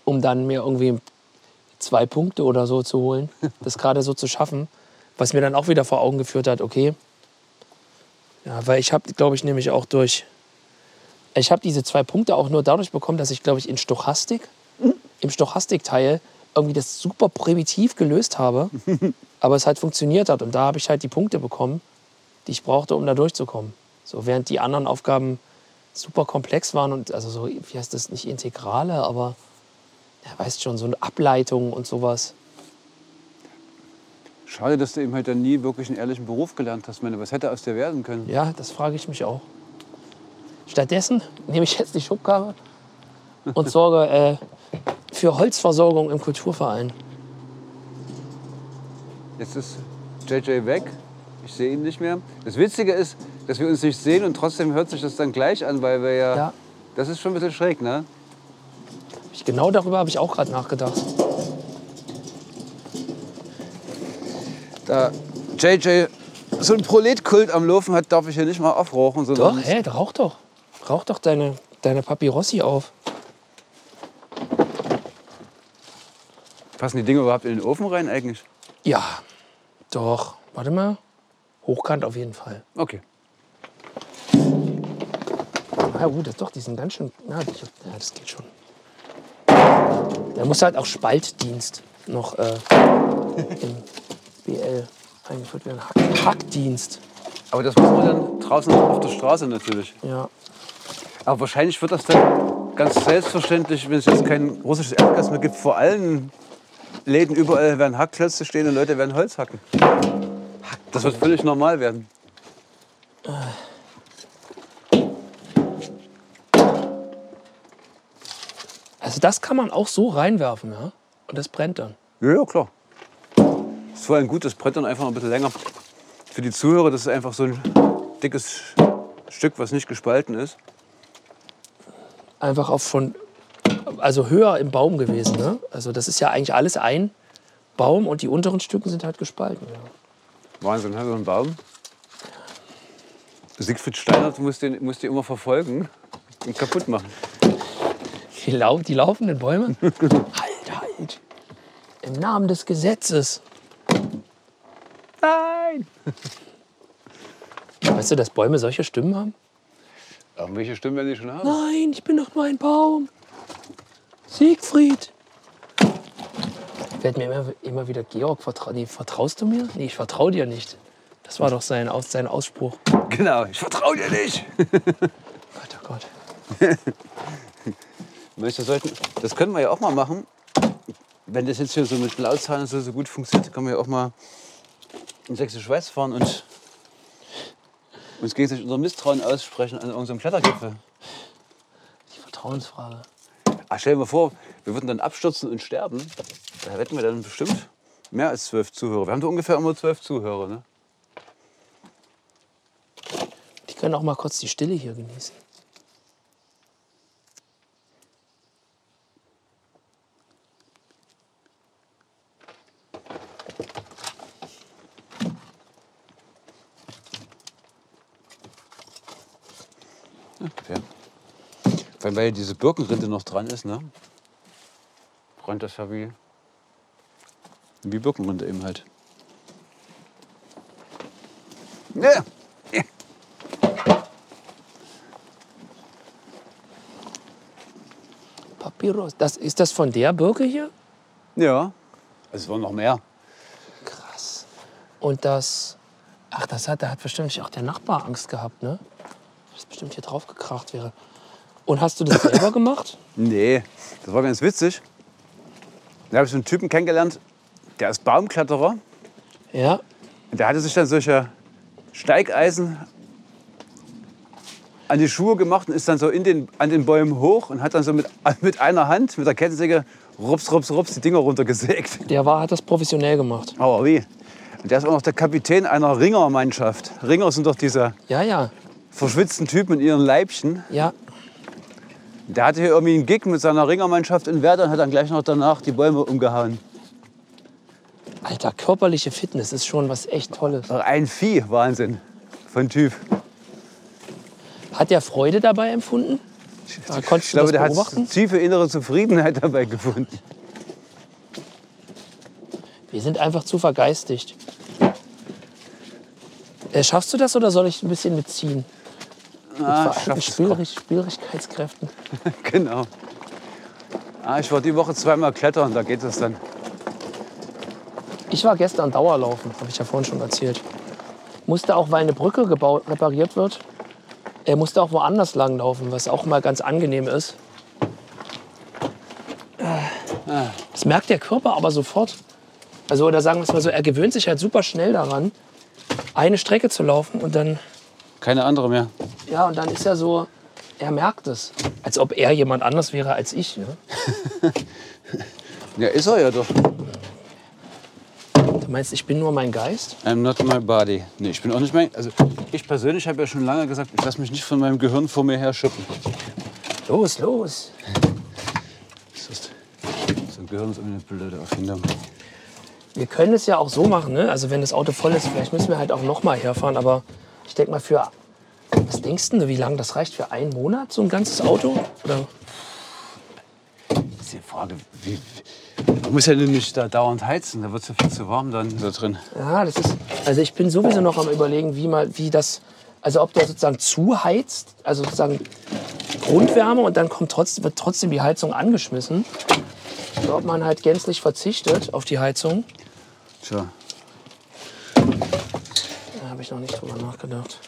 C: Um dann mir irgendwie zwei Punkte oder so zu holen, das gerade so zu schaffen. Was mir dann auch wieder vor Augen geführt hat, okay. Ja, weil ich habe, glaube ich, nämlich auch durch. Ich habe diese zwei Punkte auch nur dadurch bekommen, dass ich, glaube ich, in Stochastik, im Stochastikteil, irgendwie das super primitiv gelöst habe. aber es halt funktioniert hat. Und da habe ich halt die Punkte bekommen, die ich brauchte, um da durchzukommen. So, während die anderen Aufgaben super komplex waren und also so, wie heißt das, nicht Integrale, aber ja, weißt schon, so eine Ableitung und sowas.
D: schade, dass du eben halt dann nie wirklich einen ehrlichen Beruf gelernt hast. Ich Meine, was hätte aus dir werden können?
C: Ja, das frage ich mich auch. Stattdessen nehme ich jetzt die Schubkarre und sorge äh, für Holzversorgung im Kulturverein.
D: Jetzt ist JJ weg. Ich sehe ihn nicht mehr. Das Witzige ist, dass wir uns nicht sehen und trotzdem hört sich das dann gleich an, weil wir ja.
C: Ja.
D: Das ist schon ein bisschen schräg, ne?
C: Ich, genau darüber habe ich auch gerade nachgedacht.
D: Da JJ so einen Proletkult am Laufen hat, darf ich hier nicht mal aufrauchen.
C: Doch,
D: Sondern
C: hä, da rauch doch. Rauch doch deine, deine Papyrossi auf.
D: Passen die Dinge überhaupt in den Ofen rein eigentlich?
C: Ja, doch. Warte mal. Hochkant auf jeden Fall.
D: Okay.
C: Na Ah, gut, das doch, die sind ganz schön. Na, die, ja, das geht schon. Da muss halt auch Spaltdienst noch äh, im BL eingeführt werden. Hack, Hackdienst.
D: Aber das machen wir dann draußen auf der Straße natürlich.
C: Ja.
D: Aber wahrscheinlich wird das dann ganz selbstverständlich, wenn es jetzt kein russisches Erdgas mehr gibt, vor allen Läden überall werden Hackklötze stehen und Leute werden Holz hacken. Das wird völlig normal werden.
C: Also das kann man auch so reinwerfen, ja. Und das brennt dann.
D: Ja, ja, klar. Ist vor allem gut, das brennt dann einfach noch ein bisschen länger. Für die Zuhörer, das ist einfach so ein dickes Stück, was nicht gespalten ist.
C: Einfach auf von. Also höher im Baum gewesen, ne? Also das ist ja eigentlich alles ein Baum und die unteren Stücken sind halt gespalten. Ja.
D: Wahnsinn, hä, so ein Baum. Siegfried Steinert muss den, muss den immer verfolgen und kaputt machen.
C: Die, lau die laufenden <laughs> Bäume? halt, halt! Im Namen des Gesetzes.
D: Nein!
C: Weißt du, dass Bäume solche Stimmen haben?
D: Irgendwelche Stimmen werden die schon haben.
C: Nein, ich bin doch nur ein Baum. Siegfried. Fällt mir immer, immer wieder Georg, vertra nee, vertraust du mir? Nee, ich vertraue dir nicht. Das war doch sein, Aus sein Ausspruch. Gott,
D: Genau, ich vertraue dir nicht!
C: oh Gott.
D: Meinst du, sollten, das können wir ja auch mal machen. Wenn das jetzt hier so mit Blauzahlen so, so gut funktioniert, können wir ja auch mal in Sächsische Schweiz fahren und uns gegenseitig unser Misstrauen aussprechen an irgendeinem Klettergipfel.
C: Die Vertrauensfrage.
D: Ach, stell dir mal vor, wir würden dann abstürzen und sterben. Da hätten wir dann bestimmt mehr als zwölf Zuhörer. Wir haben doch ungefähr immer zwölf Zuhörer, ne?
C: Die können auch mal kurz die Stille hier genießen.
D: Ungefähr. Vor allem, weil diese Birkenrinde noch dran ist, ne? Brennt das ja wie. Wie Birkenrinde eben halt. Ja.
C: Papyrus. Das, ist das von der Birke hier?
D: Ja. Also es waren noch mehr.
C: Krass. Und das. Ach, das hat, da hat bestimmt auch der Nachbar Angst gehabt, ne? Dass bestimmt hier drauf gekracht wäre. Und hast
D: <coughs>
C: du das selber gemacht?
D: Nee, das war ganz witzig. Da habe ich so einen Typen kennengelernt, der ist Baumkletterer.
C: Ja.
D: Und der hatte sich dann solche Steigeisen an die Schuhe gemacht und ist dann so in den, an den Bäumen hoch und hat dann so mit, <laughs> mit einer Hand, mit der Kettensäge, rups, rups, rups, die Dinger runtergesägt. <laughs>
C: Der war, hat das professionell gemacht.
D: Aber wie? Und der ist auch noch der Kapitän einer Ringermannschaft. Ringer sind doch diese
C: Ja, ja.
D: verschwitzten Typen in ihren Leibchen.
C: Ja.
D: Der hatte hier irgendwie einen Gig mit seiner Ringermannschaft in Werder und hat dann gleich noch danach die Bäume umgehauen.
C: Alter, körperliche Fitness ist schon was echt Tolles.
D: Ein Vieh, Wahnsinn. Von Typ.
C: Hat der Freude dabei empfunden? Ja, konntest
D: Ich
C: du
D: glaube, der
C: das
D: hat
C: beobachten?
D: tiefe innere Zufriedenheit <laughs> dabei gefunden.
C: Wir sind einfach zu vergeistigt. Äh, schaffst du das oder soll ich ein bisschen mitziehen?
D: Ah,
C: Mit veralteten
D: schaff's.
C: Spielrich Spielrigkeitskräften.
D: Genau. Ah, ich war die Woche zweimal klettern, da geht es dann.
C: Ich war gestern Dauerlaufen, habe ich ja vorhin schon erzählt. Musste auch, weil eine Brücke gebaut, repariert wird, er musste auch woanders langlaufen, was auch mal ganz angenehm ist. Das merkt der Körper aber sofort. Also, oder sagen wir es mal so, er gewöhnt sich halt super schnell daran, eine Strecke zu laufen und dann
D: Keine andere mehr.
C: Ja, und dann ist ja so, er merkt es. Als ob er jemand anders wäre als ich. Ne?
D: Ja, ist er ja doch.
C: Du meinst, ich bin nur mein Geist?
D: I'm not my body. Nee, ich bin auch nicht mein. Also, ich persönlich habe ja schon lange gesagt, ich lasse mich nicht von meinem Gehirn vor mir her schuppen.
C: Los, los.
D: Das ist, so ein Gehirn ist immer eine blöde Erfindung.
C: Wir können es ja auch so machen, ne? Also wenn das Auto voll ist, vielleicht müssen wir halt auch noch mal herfahren. Aber ich denke mal für, was denkst du, wie lange das reicht? Für einen Monat so ein ganzes Auto? Oder
D: Das ist die Frage, wie. wie- Man muss ja nun nicht da dauernd heizen, da wird es ja viel zu warm dann da drin.
C: Ja, das ist. Also ich bin sowieso noch am überlegen, wie mal, wie das. Also ob der sozusagen zuheizt, also sozusagen Grundwärme und dann kommt trotzdem, wird trotzdem die Heizung angeschmissen. Oder ob man halt gänzlich verzichtet auf die Heizung.
D: Tja.
C: Da habe ich noch nicht drüber nachgedacht.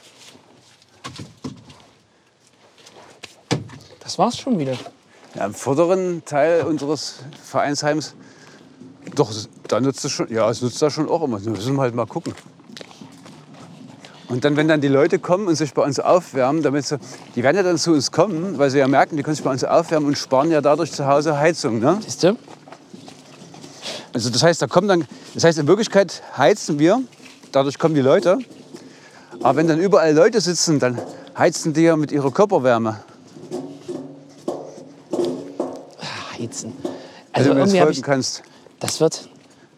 C: Das war's schon wieder.
D: Ja, Im vorderen Teil unseres Vereinsheims, doch, da nutzt es schon, ja, es nutzt da schon auch immer. Wir müssen halt mal gucken. Und dann, wenn dann die Leute kommen und sich bei uns aufwärmen, damit sie, die werden ja dann zu uns kommen, weil sie ja merken, die können sich bei uns aufwärmen und sparen ja dadurch zu Hause Heizung. Ne?
C: Siehst du?
D: Also das heißt, da kommen dann, das heißt, in Wirklichkeit heizen wir, dadurch kommen die Leute. Aber wenn dann überall Leute sitzen, dann heizen die ja mit ihrer Körperwärme.
C: Heizen. Ah,
D: Also
C: Also,
D: wenn du
C: irgendwie
D: mir
C: habe
D: folgen
C: ich.
D: kannst.
C: Das wird.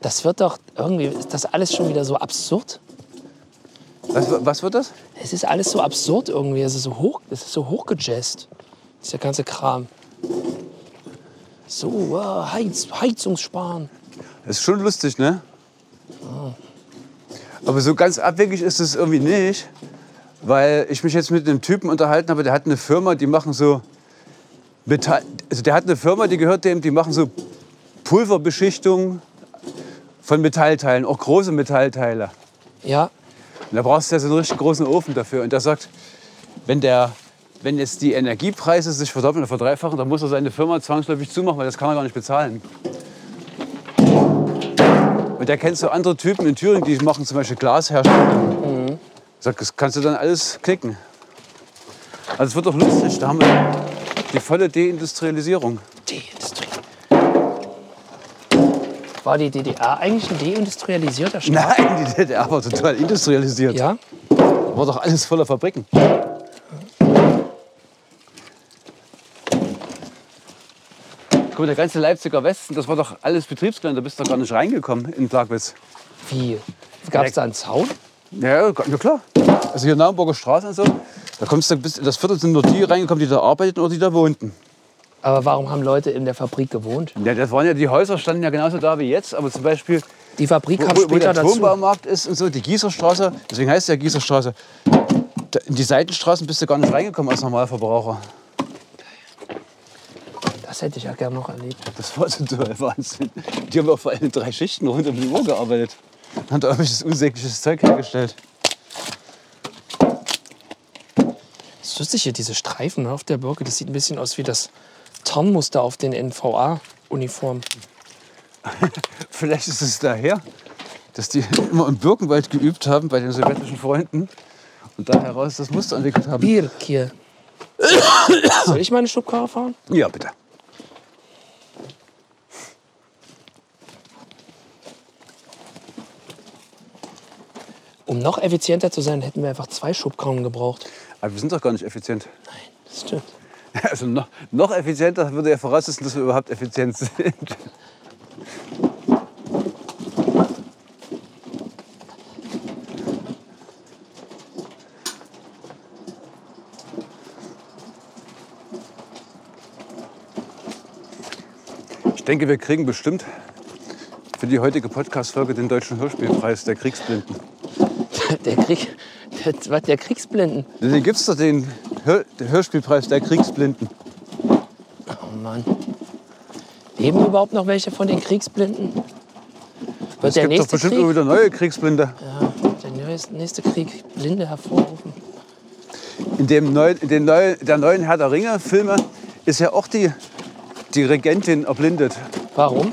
C: Das wird doch. Irgendwie ist das alles schon wieder so absurd.
D: Was, was wird das?
C: Es ist alles so absurd irgendwie. Es ist so hoch, es ist so hochgejazzt. Das ist der ganze Kram. So, wow, Heiz, Heizungssparen.
D: Das ist schon lustig, ne? Aber so ganz abwegig ist es irgendwie nicht, weil ich mich jetzt mit einem Typen unterhalten habe, der hat eine Firma, die machen so Metall, also der hat eine Firma, die gehört dem, die machen so Pulverbeschichtung von Metallteilen, auch große Metallteile.
C: Ja,
D: Und da brauchst du ja so einen richtig großen Ofen dafür. Und der sagt, wenn, der, wenn jetzt die Energiepreise sich verdoppeln oder verdreifachen, dann muss er seine Firma zwangsläufig zumachen, weil das kann er gar nicht bezahlen. Und da kennst du andere Typen in Thüringen, die machen zum Beispiel Glasherstellung. Sagt, das kannst du dann alles klicken. Also es wird doch lustig, da haben wir die volle Deindustrialisierung. <laughs>
C: Deindustrie. War die DDR eigentlich ein deindustrialisierter Staat?
D: Nein, die DDR war total industrialisiert.
C: Ja?
D: War doch alles voller Fabriken. Guck mal, der ganze Leipziger Westen, das war doch alles Betriebsgelände. Da bist du doch gar nicht reingekommen in Plagwitz.
C: Wie? Gab es da einen Zaun?
D: Ja, na klar. Also hier Naumburger Straße und so, da kommst du bis in das Viertel sind nur die reingekommen, die da arbeiteten oder die da wohnten.
C: Aber warum haben Leute in der Fabrik gewohnt?
D: Ja, das waren ja, die Häuser standen ja genauso da wie jetzt, aber zum Beispiel
C: Die Fabrik
D: Wo,
C: kam
D: wo, wo
C: später
D: der
C: dazu.
D: Turmbaumarkt ist und so, die Gießerstraße, deswegen heißt es ja Gießerstraße. Da, in die Seitenstraßen bist du gar nicht reingekommen als Normalverbraucher.
C: Das hätte ich ja gern noch erlebt.
D: Das war total <laughs> Wahnsinn. Die haben auf allen drei Schichten rund um die Uhr gearbeitet. Hat irgendwelches unsägliches Zeug hergestellt.
C: Das ist lustig hier, diese Streifen ne, auf der Birke. Das sieht ein bisschen aus wie das Tarnmuster auf den NVA-Uniformen.
D: Vielleicht ist es daher, dass die <laughs> immer im Birkenwald geübt haben bei den sowjetischen Freunden und da heraus das Muster entwickelt haben.
C: Birke. Soll ich meine Schubkarre fahren?
D: Ja, bitte.
C: Um noch effizienter zu sein, hätten wir einfach zwei Schubkarren gebraucht.
D: Aber wir sind doch gar nicht effizient.
C: Das stimmt.
D: Also noch, noch effizienter würde ja voraussetzen, dass wir überhaupt effizient <laughs> sind. denke, wir kriegen bestimmt für die heutige Podcast-Folge den Deutschen Hörspielpreis der Kriegsblinden.
C: <laughs> Der Krieg. Der, was, der Kriegsblinden?
D: Den gibt's doch, den Hör der Hörspielpreis der Kriegsblinden.
C: Oh Mann. Leben überhaupt noch welche von den Kriegsblinden? Wird
D: Es gibt doch bestimmt immer wieder neue Kriegsblinde.
C: Ja, der neues- nächste Krieg Blinde hervorrufen.
D: In, dem neu, in den neu, der neuen Herr der Ringe-Filme ist ja auch die, die Regentin erblindet,
C: Warum?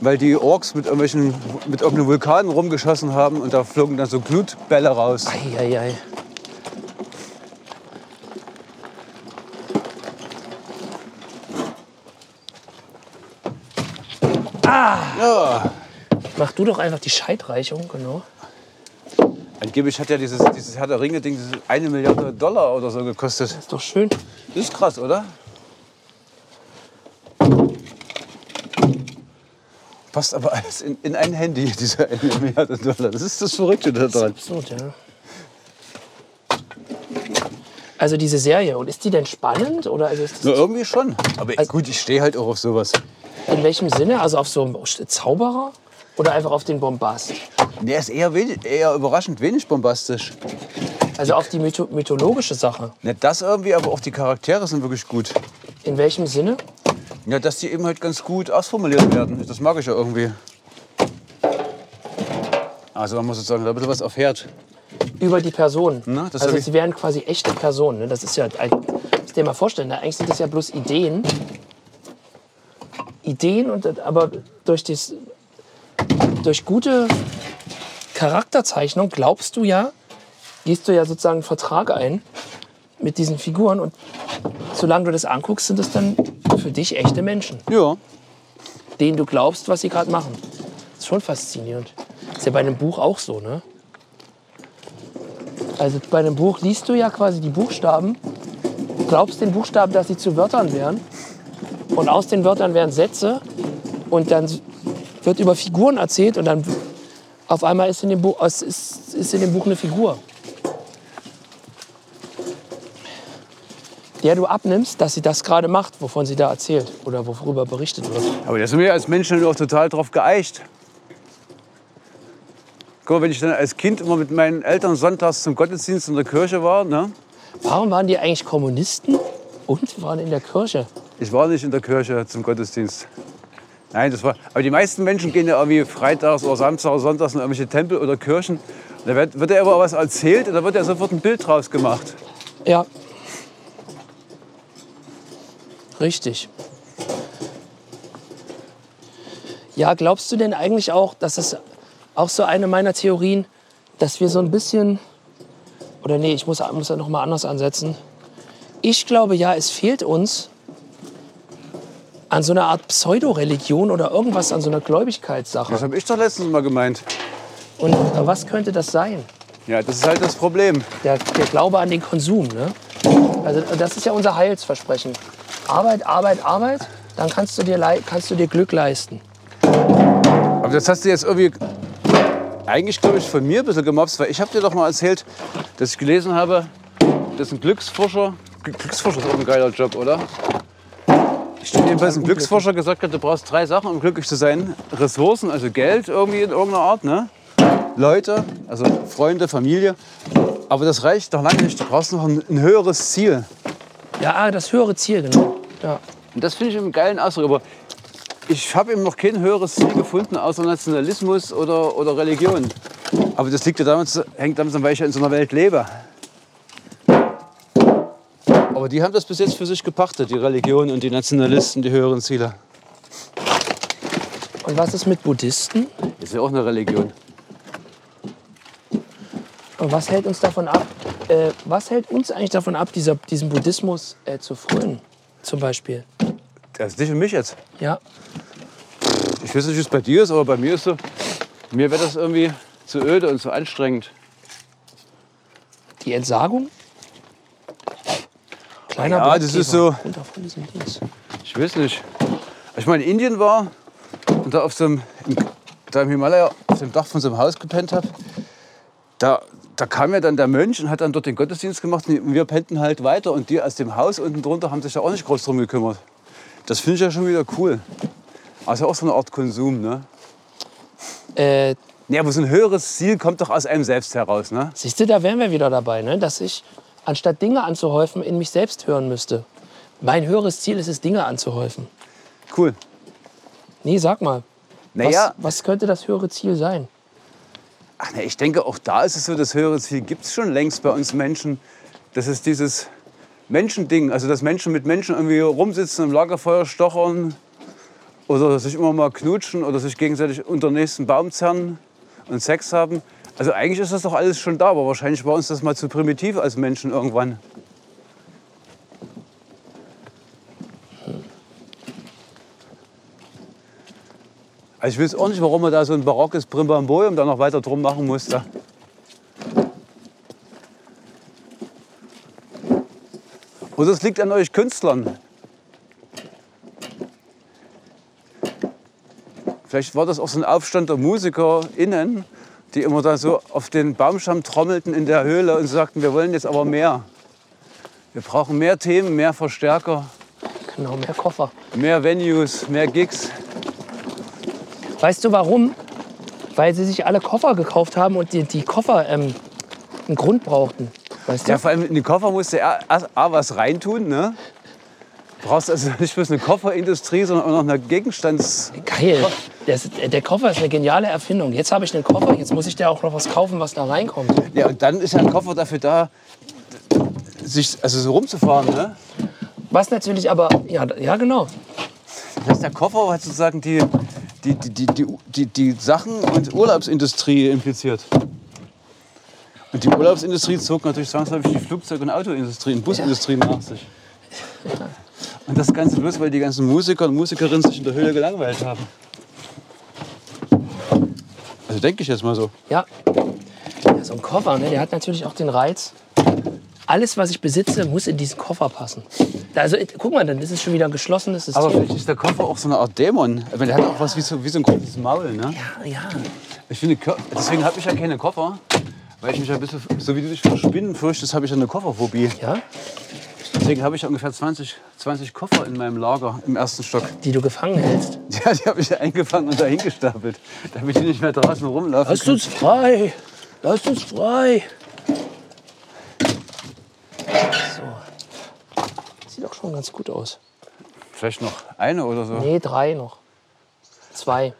D: weil die Orks mit, irgendwelchen, mit irgendeinem Vulkan rumgeschossen haben und da flogen dann so Glutbälle raus.
C: Eieiei.
D: Ja.
C: Ah. Mach du doch einfach die Scheitreichung, genau.
D: Angeblich hat ja dieses, dieses Herr der Ringe-Ding dieses eine Milliarde Dollar oder so gekostet.
C: Ist doch schön.
D: Das ist krass, oder? Passt aber alles in, in ein Handy, <laughs> diese eine Milliarde Dollar. Das ist das Verrückte daran.
C: Absurd, ja. Also diese Serie, und ist die denn spannend? Oder also ist
D: Na,
C: das,
D: irgendwie schon. Aber gut, ich stehe halt auch auf sowas.
C: in welchem Sinne? Also auf so einen Zauberer? Oder einfach auf den Bombast?
D: Der ist eher, wenig, eher überraschend wenig bombastisch.
C: Also auf die mytho mythologische Sache.
D: Nicht das irgendwie, aber auch die Charaktere sind wirklich gut.
C: In welchem Sinne?
D: Ja, dass die eben halt ganz gut ausformuliert werden. Das mag ich ja irgendwie. Also man muss sozusagen da ein bisschen was auf Herd.
C: Über die Person.
D: Na, das hab
C: also
D: ich-
C: sie wären quasi echte Personen. Ne? Das ist ja, ein- muss dir mal vorstellen, ne? eigentlich sind das ja bloß Ideen. Ideen, und, aber durch, das, durch gute Charakterzeichnung glaubst du ja, gehst du ja sozusagen einen Vertrag ein mit diesen Figuren und solange du das anguckst, sind das dann für dich echte Menschen,
D: Ja.
C: denen du glaubst, was sie gerade machen. Das ist schon faszinierend. Ist ja bei einem Buch auch so, ne? Also bei einem Buch liest du ja quasi die Buchstaben, glaubst den Buchstaben, dass sie zu Wörtern wären. Und aus den Wörtern werden Sätze. Und dann wird über Figuren erzählt. Und dann auf einmal ist in dem Buch, es ist, ist in dem Buch eine Figur. Der du abnimmst, dass sie das gerade macht, wovon sie da erzählt oder worüber berichtet wird.
D: Aber da sind wir als Menschen halt auch total drauf geeicht. Guck mal, wenn ich dann als Kind immer mit meinen Eltern sonntags zum Gottesdienst in der Kirche war, ne?
C: Warum waren die eigentlich Kommunisten und waren in der Kirche?
D: Ich war nicht in der Kirche zum Gottesdienst. Nein, das war. Aber die meisten Menschen gehen ja irgendwie freitags oder samstags oder sonntags in irgendwelche Tempel oder Kirchen. Und Da wird, wird ja immer was erzählt und da wird ja sofort ein Bild draus gemacht.
C: Ja. Richtig. Ja, glaubst du denn eigentlich auch, dass es auch so eine meiner Theorien, dass wir so ein bisschen oder nee, ich muss, muss da noch mal anders ansetzen. Ich glaube ja, es fehlt uns an so einer Art Pseudo-Religion oder irgendwas an so einer
D: Das
C: Gläubigkeitssache.
D: habe ich doch letztens mal gemeint.
C: Und äh, was könnte das sein?
D: Ja, das ist halt das Problem.
C: der, der Glaube an den Konsum. Ne? Also das ist ja unser Heilsversprechen. Arbeit, Arbeit, Arbeit, dann kannst du dir, lei- kannst du dir Glück leisten.
D: Aber das hast du jetzt irgendwie eigentlich, glaube ich, von mir ein bisschen gemobst, weil ich habe dir doch mal erzählt, dass ich gelesen habe, dass ein Glücksforscher, Gl- Glücksforscher ist auch ein geiler Job, oder? Jedenfalls ein Glücksforscher gesagt hat, du brauchst drei Sachen, um glücklich zu sein. Ressourcen, also Geld irgendwie in irgendeiner Art, ne? Leute, also Freunde, Familie. Aber das reicht noch lange nicht. Du brauchst noch ein, ein höheres Ziel.
C: Ja, ah, das höhere Ziel, genau. Ja.
D: Und das finde ich einen geilen Ausdruck. Aber ich habe eben noch kein höheres Ziel gefunden, außer Nationalismus oder, oder Religion. Aber das liegt ja damit, hängt damit zusammen, weil ich ja in so einer Welt lebe. Aber die haben das bis jetzt für sich gepachtet, die Religion und die Nationalisten, die höheren Ziele.
C: Und was ist mit Buddhisten?
D: Ist ja auch eine Religion.
C: Und was hält uns davon ab? Äh, was hält uns eigentlich davon ab, dieser, diesem Buddhismus äh, zu frönen? Zum Beispiel.
D: Das ist nicht für mich jetzt.
C: Ja.
D: Ich weiß nicht, wie es bei dir ist, aber bei mir ist so, mir wird das irgendwie zu öde und zu anstrengend.
C: Die Entsagung? Kleiner
D: Ja, das ist
C: Blattkäfer.
D: so-
C: Runter von diesem Dings.
D: Ich weiß nicht. Als ich mal in Indien war und da auf so einem, im, da im Himalaya auf dem Dach von so einem Haus gepennt habe, da, da kam ja dann der Mönch und hat dann dort den Gottesdienst gemacht und wir pennten halt weiter und die aus dem Haus unten drunter haben sich da auch nicht groß drum gekümmert. Das finde ich ja schon wieder cool. Also auch so eine Art Konsum, ne?
C: Äh,
D: Ja, aber so ein höheres Ziel kommt doch aus einem selbst heraus, ne?
C: Siehst du, da wären wir wieder dabei, ne? dass ich, anstatt Dinge anzuhäufen, in mich selbst hören müsste. Mein höheres Ziel ist es, Dinge anzuhäufen.
D: Cool.
C: Nee, sag mal, was,
D: Naja,
C: was könnte das höhere Ziel sein?
D: Ach, na, ich denke, auch da ist es so, das höhere Ziel gibt es schon längst bei uns Menschen. Das ist dieses Menschending, also dass Menschen mit Menschen irgendwie rumsitzen, im Lagerfeuer stochern oder sich immer mal knutschen oder sich gegenseitig unter den nächsten Baum zerren und Sex haben. Also eigentlich ist das doch alles schon da, aber wahrscheinlich war uns das mal zu primitiv als Menschen irgendwann. Also ich weiß auch nicht, warum man da so ein barockes Primbamborium da noch weiter drum machen musste. Oder es liegt an euch Künstlern. Vielleicht war das auch so ein Aufstand der MusikerInnen, die immer da so auf den Baumstamm trommelten in der Höhle und sagten, wir wollen jetzt aber mehr. Wir brauchen mehr Themen, mehr Verstärker,
C: Genau, mehr Koffer.
D: mehr Venues, mehr Gigs.
C: Weißt du warum? Weil sie sich alle Koffer gekauft haben und die, die Koffer ähm, einen Grund brauchten. Weißt du?
D: Ja, vor allem in den Koffer musst du ja erst A, was reintun, ne? Brauchst also nicht bloß eine Kofferindustrie, sondern auch noch eine Gegenstands...
C: Geil. Das, der Koffer ist eine geniale Erfindung. Jetzt habe ich einen Koffer, jetzt muss ich da auch noch was kaufen, was da reinkommt.
D: Ja, und dann ist ja ein Koffer dafür da, sich also so rumzufahren, ne?
C: Was natürlich aber, ja, ja genau.
D: Das heißt, der Koffer hat sozusagen die, die, die, die, die, die, die Sachen- und Urlaubsindustrie impliziert. Und die Urlaubsindustrie zog natürlich zwangsläufig die Flugzeug- und Autoindustrie und Busindustrie nach sich. Und das Ganze bloß, weil die ganzen Musiker und Musikerinnen sich in der Höhle gelangweilt haben. Also denke ich jetzt mal so.
C: Ja. ja so ein Koffer, ne, der hat natürlich auch den Reiz. Alles, was ich besitze, muss in diesen Koffer passen. Also, äh, guck mal, dann ist es schon wieder ein geschlossenes System.
D: Aber vielleicht ist der Koffer auch so eine Art Dämon. Ich meine, der hat auch was wie so, wie so ein großes Maul, ne?
C: ja, ja.
D: Ich finde, Kö- deswegen habe ich ja keine Koffer, weil ich mich ja ein bisschen, so wie du dich vor Spinnen fürchtest, habe ich ja eine Kofferphobie.
C: ja,
D: Deswegen habe ich ja ungefähr 20, 20 Koffer in meinem Lager im ersten Stock. <laughs>
C: die du gefangen hältst.
D: Ja, die habe ich eingefangen und dahin gestapelt, damit die nicht mehr draußen rumlaufen.
C: Lasst uns frei! Lasst uns frei! So. Sieht doch schon ganz gut aus.
D: Vielleicht noch eine oder so.
C: Nee, drei noch. Zwei.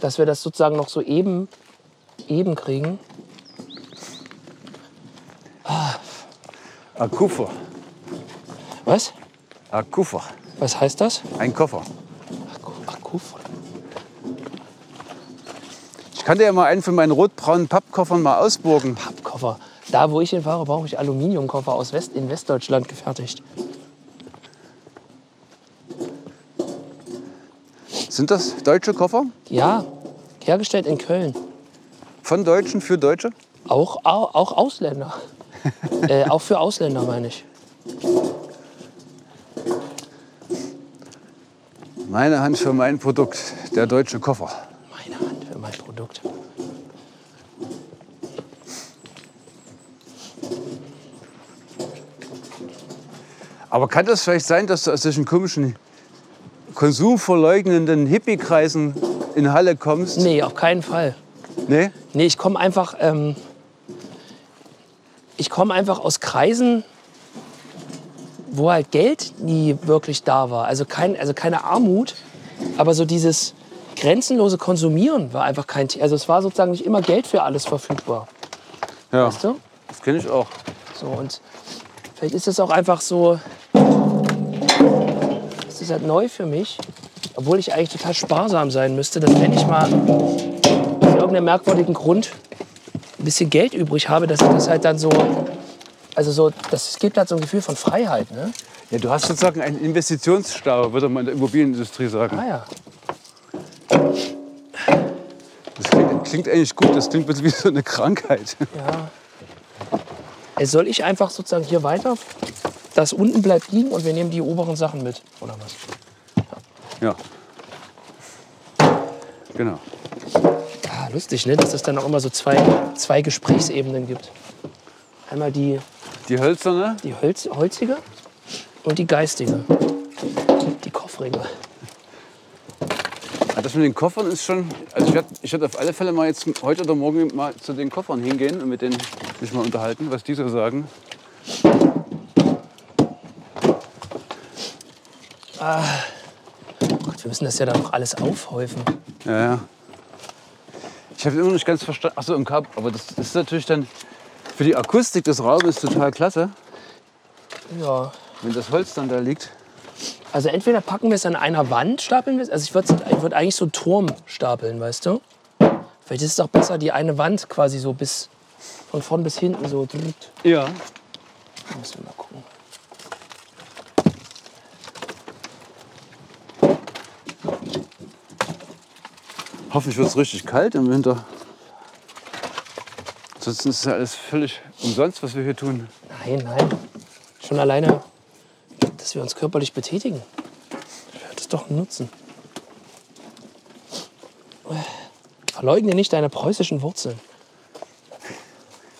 C: Dass wir das sozusagen noch so eben, eben kriegen.
D: Ein Koffer.
C: Was?
D: Ein Koffer.
C: Was heißt das?
D: Ein Koffer.
C: Akku, Akku
D: Ich kann dir ja mal einen von meinen rotbraunen Pappkoffern mal ausburgen.
C: Pappkoffer. Da, wo ich hinfahre, brauche ich Aluminiumkoffer aus West in Westdeutschland gefertigt.
D: Sind das deutsche Koffer?
C: Ja, hergestellt in Köln.
D: Von Deutschen für Deutsche?
C: Auch, au- auch Ausländer. äh, auch für Ausländer, meine ich.
D: Meine Hand für mein Produkt, der deutsche Koffer.
C: Meine Hand für mein Produkt.
D: Aber kann das vielleicht sein, dass du aus solchen komischen, konsumverleugnenden Hippie-Kreisen in Halle kommst?
C: Nee, auf keinen Fall.
D: Nee?
C: Nee, ich komme einfach. Ähm, ich komme einfach aus Kreisen, wo halt Geld nie wirklich da war. Also, kein, also keine Armut, aber so dieses grenzenlose Konsumieren war einfach kein. The- Also es war sozusagen nicht immer Geld für alles verfügbar.
D: Ja,
C: Weißt du?
D: das kenne ich auch.
C: So und vielleicht ist das auch einfach so. Es ist halt neu für mich, obwohl ich eigentlich total sparsam sein müsste, dass wenn ich mal aus irgendeinem merkwürdigen Grund ein bisschen Geld übrig habe, dass ich das halt dann so, also so, das gibt halt so ein Gefühl von Freiheit, ne?
D: Ja, du hast sozusagen einen Investitionsstau, würde man in der Immobilienindustrie sagen.
C: Ah ja.
D: Das klingt, klingt eigentlich gut, das klingt ein bisschen wie so eine Krankheit.
C: Ja. Äh, Soll ich einfach sozusagen hier weiter? Das unten bleibt liegen und wir nehmen die oberen Sachen mit, oder was?
D: Ja. Genau.
C: Ah, lustig, ne? dass es dann auch immer so zwei, zwei Gesprächsebenen gibt. Einmal die,
D: Die hölzerne,
C: die Holz, holzige und die geistige. Die Koffringe.
D: ah, das mit den Koffern ist schon. Also ich werde ich werd auf alle Fälle mal jetzt heute oder morgen mal zu den Koffern hingehen und mit denen mich mal unterhalten, was die so sagen.
C: Gott, wir müssen das ja dann noch alles aufhäufen.
D: Ja, ja. Ich habe immer noch nicht ganz verstanden. Achso, im Kap. Aber das, das ist natürlich dann für die Akustik des Raumes total klasse,
C: Ja.
D: wenn das Holz dann da liegt.
C: Also entweder packen wir es an einer Wand, stapeln wir es. Also ich würde ich würd eigentlich so einen Turm stapeln, weißt du? Vielleicht ist es auch besser, die eine Wand quasi so bis von vorn bis hinten so.
D: Ja.
C: Müssen wir mal gucken.
D: Hoffentlich wird es richtig kalt im Winter. Sonst ist ja alles völlig umsonst, was wir hier tun.
C: Nein, nein. Schon alleine, dass wir uns körperlich betätigen. Das ist doch ein Nutzen. Verleugne nicht deine preußischen Wurzeln.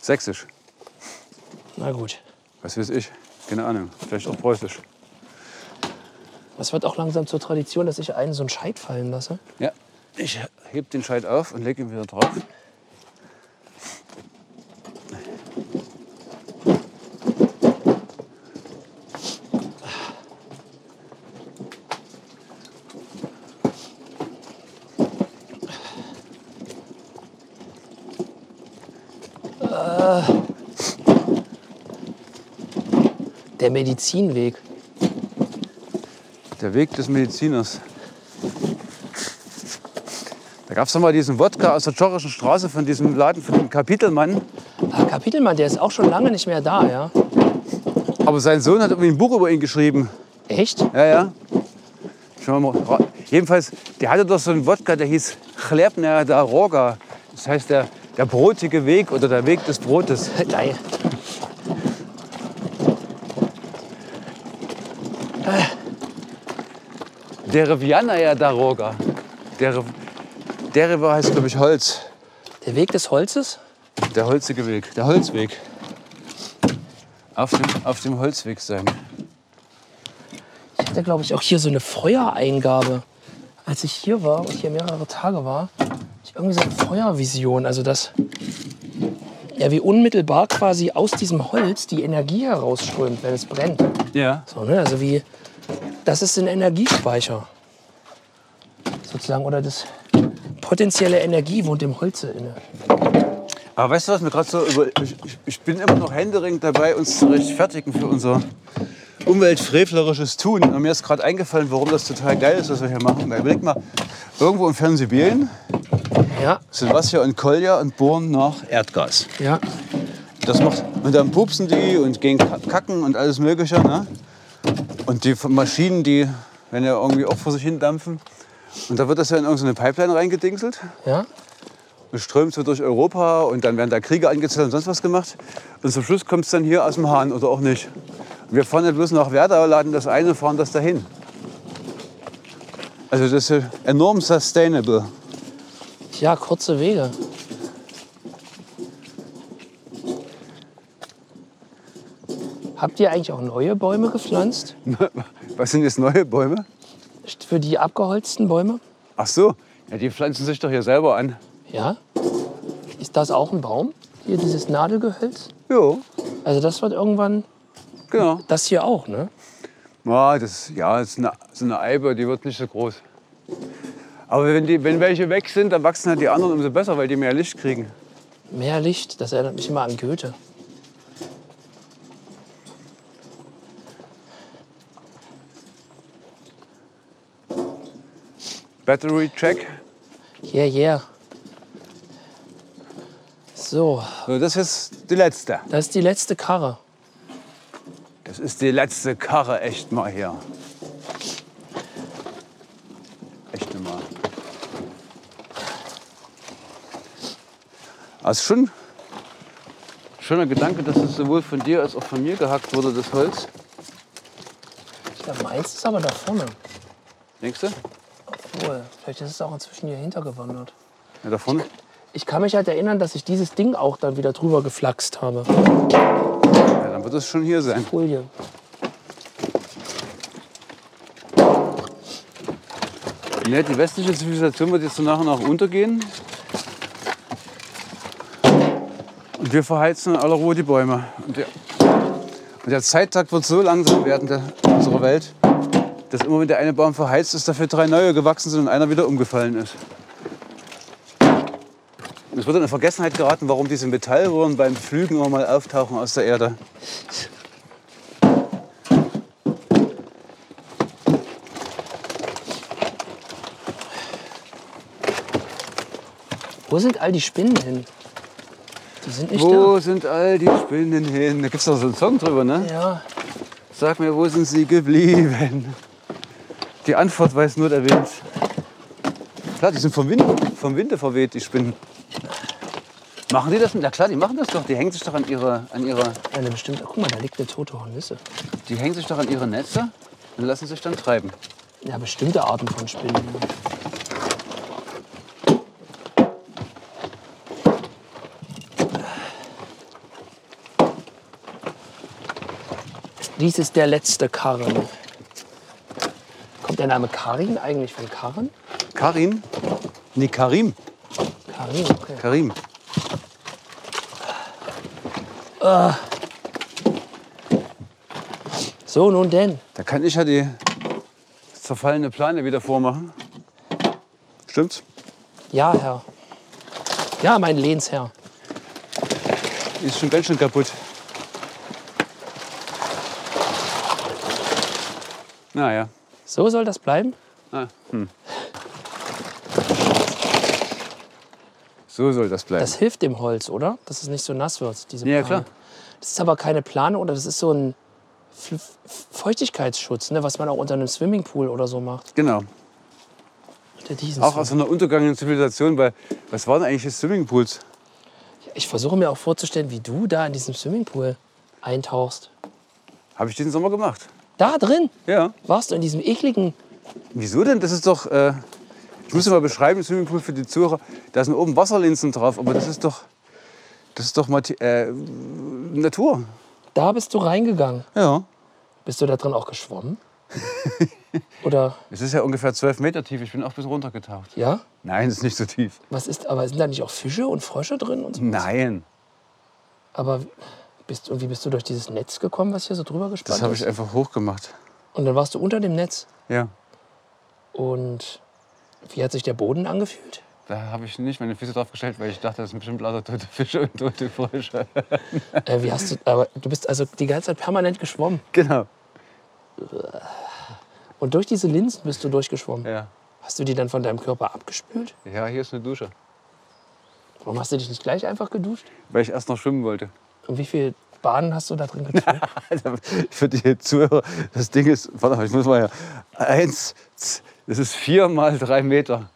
D: Sächsisch.
C: Na gut.
D: Was weiß ich? Keine Ahnung. Vielleicht auch preußisch.
C: Es wird auch langsam zur Tradition, dass ich einen so einen Scheit fallen lasse.
D: Ja. Ich heb den Scheit auf und lege ihn wieder drauf.
C: Der Medizinweg.
D: Der Weg des Mediziners. Da gab es mal diesen Wodka aus der Tschorischen Straße von diesem Laden, von dem Kapitelmann.
C: Ah, Kapitelmann, der ist auch schon lange nicht mehr da, ja?
D: Aber sein Sohn hat irgendwie ein Buch über ihn geschrieben.
C: Echt?
D: Ja, ja. Schauen wir mal. ra- Jedenfalls, der hatte doch so einen Wodka, der hieß Chlebner da Roga. Das heißt, der, der brotige Weg oder der Weg des Brotes.
C: Geil.
D: Der Viana ja da Roga. Der, der heißt, glaube ich, Holz.
C: Der Weg des Holzes?
D: Der holzige Weg. Der Holzweg. Auf dem, auf dem Holzweg sein.
C: Ich hatte, glaube ich, auch hier so eine Feuereingabe. Als ich hier war und hier mehrere Tage war, hatte ich irgendwie so eine Feuervision. Also, dass ja, wie unmittelbar quasi aus diesem Holz die Energie herausströmt, wenn es brennt.
D: Ja.
C: So, ne? Also wie, das ist ein Energiespeicher. Sozusagen, oder das potenzielle Energie wohnt im Holze inne.
D: Aber weißt du, was mir gerade so über. Ich, ich- ich bin immer noch händeringend dabei, uns zu rechtfertigen für unser umweltfrevlerisches Tun. Und mir ist gerade eingefallen, warum das total geil ist, was wir hier machen. Weil Überleg mal, irgendwo im fernen Sibirien
C: Ja,
D: sind Wasser und Kolja und bohren nach Erdgas.
C: ja.
D: Das macht, und dann pupsen die und gehen ka- kacken und alles Mögliche. Ne? Und die Maschinen, die werden ja irgendwie auch vor sich hin dampfen. Und da wird das ja in irgendeine Pipeline reingedingselt.
C: Ja?
D: und strömt so durch Europa und dann werden da Kriege angezählt und sonst was gemacht. Und zum Schluss kommt es dann hier aus dem Hahn oder auch nicht. Und wir fahren ja bloß nach Werdau, laden das ein und fahren das dahin. Also das ist enorm sustainable. <laughs>
C: Ja, kurze Wege. Habt ihr eigentlich auch neue Bäume gepflanzt?
D: Was sind jetzt neue Bäume?
C: Für die abgeholzten Bäume?
D: Ach so, ja, die pflanzen sich doch hier selber an.
C: Ja. Ist das auch ein Baum? Hier dieses Nadelgehölz?
D: Jo,
C: Also das wird irgendwann,
D: genau.
C: das hier auch, ne?
D: Ja, das, ja, das ist eine, so eine Eibe, die wird nicht so groß. Aber wenn, die, wenn welche weg sind, dann wachsen halt die anderen umso besser, weil die mehr Licht kriegen.
C: Mehr Licht, das erinnert mich immer an Goethe.
D: Battery check.
C: Yeah, yeah. So,
D: So, das ist die letzte.
C: das ist die letzte Karre.
D: Das ist die letzte Karre, echt mal hier. Echt mal. Also schon schöner Gedanke, dass es sowohl von dir als auch von mir gehackt wurde, das Holz.
C: Ich glaube, meins ist aber da vorne.
D: Denkst du?
C: Obwohl, vielleicht ist es auch inzwischen hier hintergewandert.
D: Ja, da vorne.
C: Ich kann mich halt erinnern, dass ich dieses Ding auch dann wieder drüber geflaxt habe.
D: Ja, dann wird es schon hier sein.
C: Folie.
D: Ne, die westliche Zivilisation wird jetzt so nach und nach untergehen. Und wir verheizen in aller Ruhe die Bäume. Und der, und der Zeittakt wird so langsam werden der, unserer Welt, dass immer wenn der eine Baum verheizt ist, dafür drei neue gewachsen sind und einer wieder umgefallen ist. Und es wird dann in Vergessenheit geraten, warum diese Metallröhren beim Pflügen immer mal auftauchen aus der Erde.
C: Wo sind all die Spinnen hin? Die sind nicht
D: Wo sind all die Spinnen hin? Da gibt's doch so einen Song drüber, ne?
C: da. Ja,
D: Sag mir, wo sind sie geblieben? Die Antwort weiß nur der Wind. Klar, die sind vom Wind, vom Winde verweht, die Spinnen. Machen die das? mit- Na klar, die machen das doch. Die hängen sich doch an ihre, an ihre,
C: eine bestimmte. Guck mal, da liegt eine tote Hornisse.
D: die hängen sich doch an ihre Netze und lassen sich dann treiben.
C: Ja, bestimmte Arten von Spinnen. Dies ist der letzte Karren. Kommt der Name Karin eigentlich von Karren?
D: Karin? Nee, Karim.
C: Karin, okay.
D: Karim.
C: So, nun denn.
D: Da kann ich ja die zerfallene Plane wieder vormachen. Stimmt's?
C: Ja, Herr. Ja, mein Lehnsherr.
D: Die ist schon ganz schön kaputt. Naja.
C: So soll das bleiben?
D: Ah, hm. So soll das bleiben.
C: Das hilft dem Holz, oder? Dass es nicht so nass wird, diese
D: Ja,
C: Plane.
D: klar.
C: Das ist aber keine Plane, oder? Das ist so ein F- F- Feuchtigkeitsschutz, ne? was man auch unter einem Swimmingpool oder so macht.
D: genau.
C: Unter diesen
D: Auch aus einer untergangenen Zivilisation, weil was waren eigentlich die Swimmingpools?
C: ich versuche mir auch vorzustellen, wie du da in diesem Swimmingpool eintauchst.
D: Habe ich diesen Sommer gemacht.
C: Da drin
D: Ja.
C: warst du in diesem ekligen.
D: Wieso denn? Das ist doch. Äh, ich muss dir mal beschreiben, Swimmingpool für die Zuhörer. Da sind oben Wasserlinsen drauf, aber das ist doch. Das ist doch Mati äh, Natur.
C: Da bist du reingegangen.
D: Ja.
C: Bist du da drin auch
D: <laughs>
C: geschwommen? oder
D: Es ist ja ungefähr 12 Meter tief. Ich bin auch bis runtergetaucht.
C: ja?
D: Nein, es ist nicht so tief.
C: Was ist, aber sind da nicht auch Fische und Frösche drin und so?
D: Nein.
C: Aber bist, und wie bist du durch dieses Netz gekommen, was hier so drüber gespannt
D: Das habe
C: ist?
D: ich einfach hochgemacht.
C: Und dann warst du unter dem Netz.
D: Ja.
C: Und wie hat sich der Boden angefühlt?
D: Da habe ich nicht meine Füße drauf gestellt, weil ich dachte, das sind bestimmt lauter tote Fische und tote Frösche.
C: Äh, wie hast du, aber du bist also die ganze Zeit permanent geschwommen.
D: <laughs> Genau.
C: Und durch diese Linsen bist du durchgeschwommen.
D: Ja.
C: Hast du die dann von deinem Körper abgespült?
D: ja, hier ist eine Dusche.
C: Warum hast du dich nicht gleich einfach geduscht?
D: Weil ich erst noch schwimmen wollte. <laughs>
C: Und wie viele Bahnen hast du da drin gezogen?
D: Für die Zuhörer, das Ding ist, warte mal, ich muss mal hier. Eins, z- das ist vier mal drei Meter.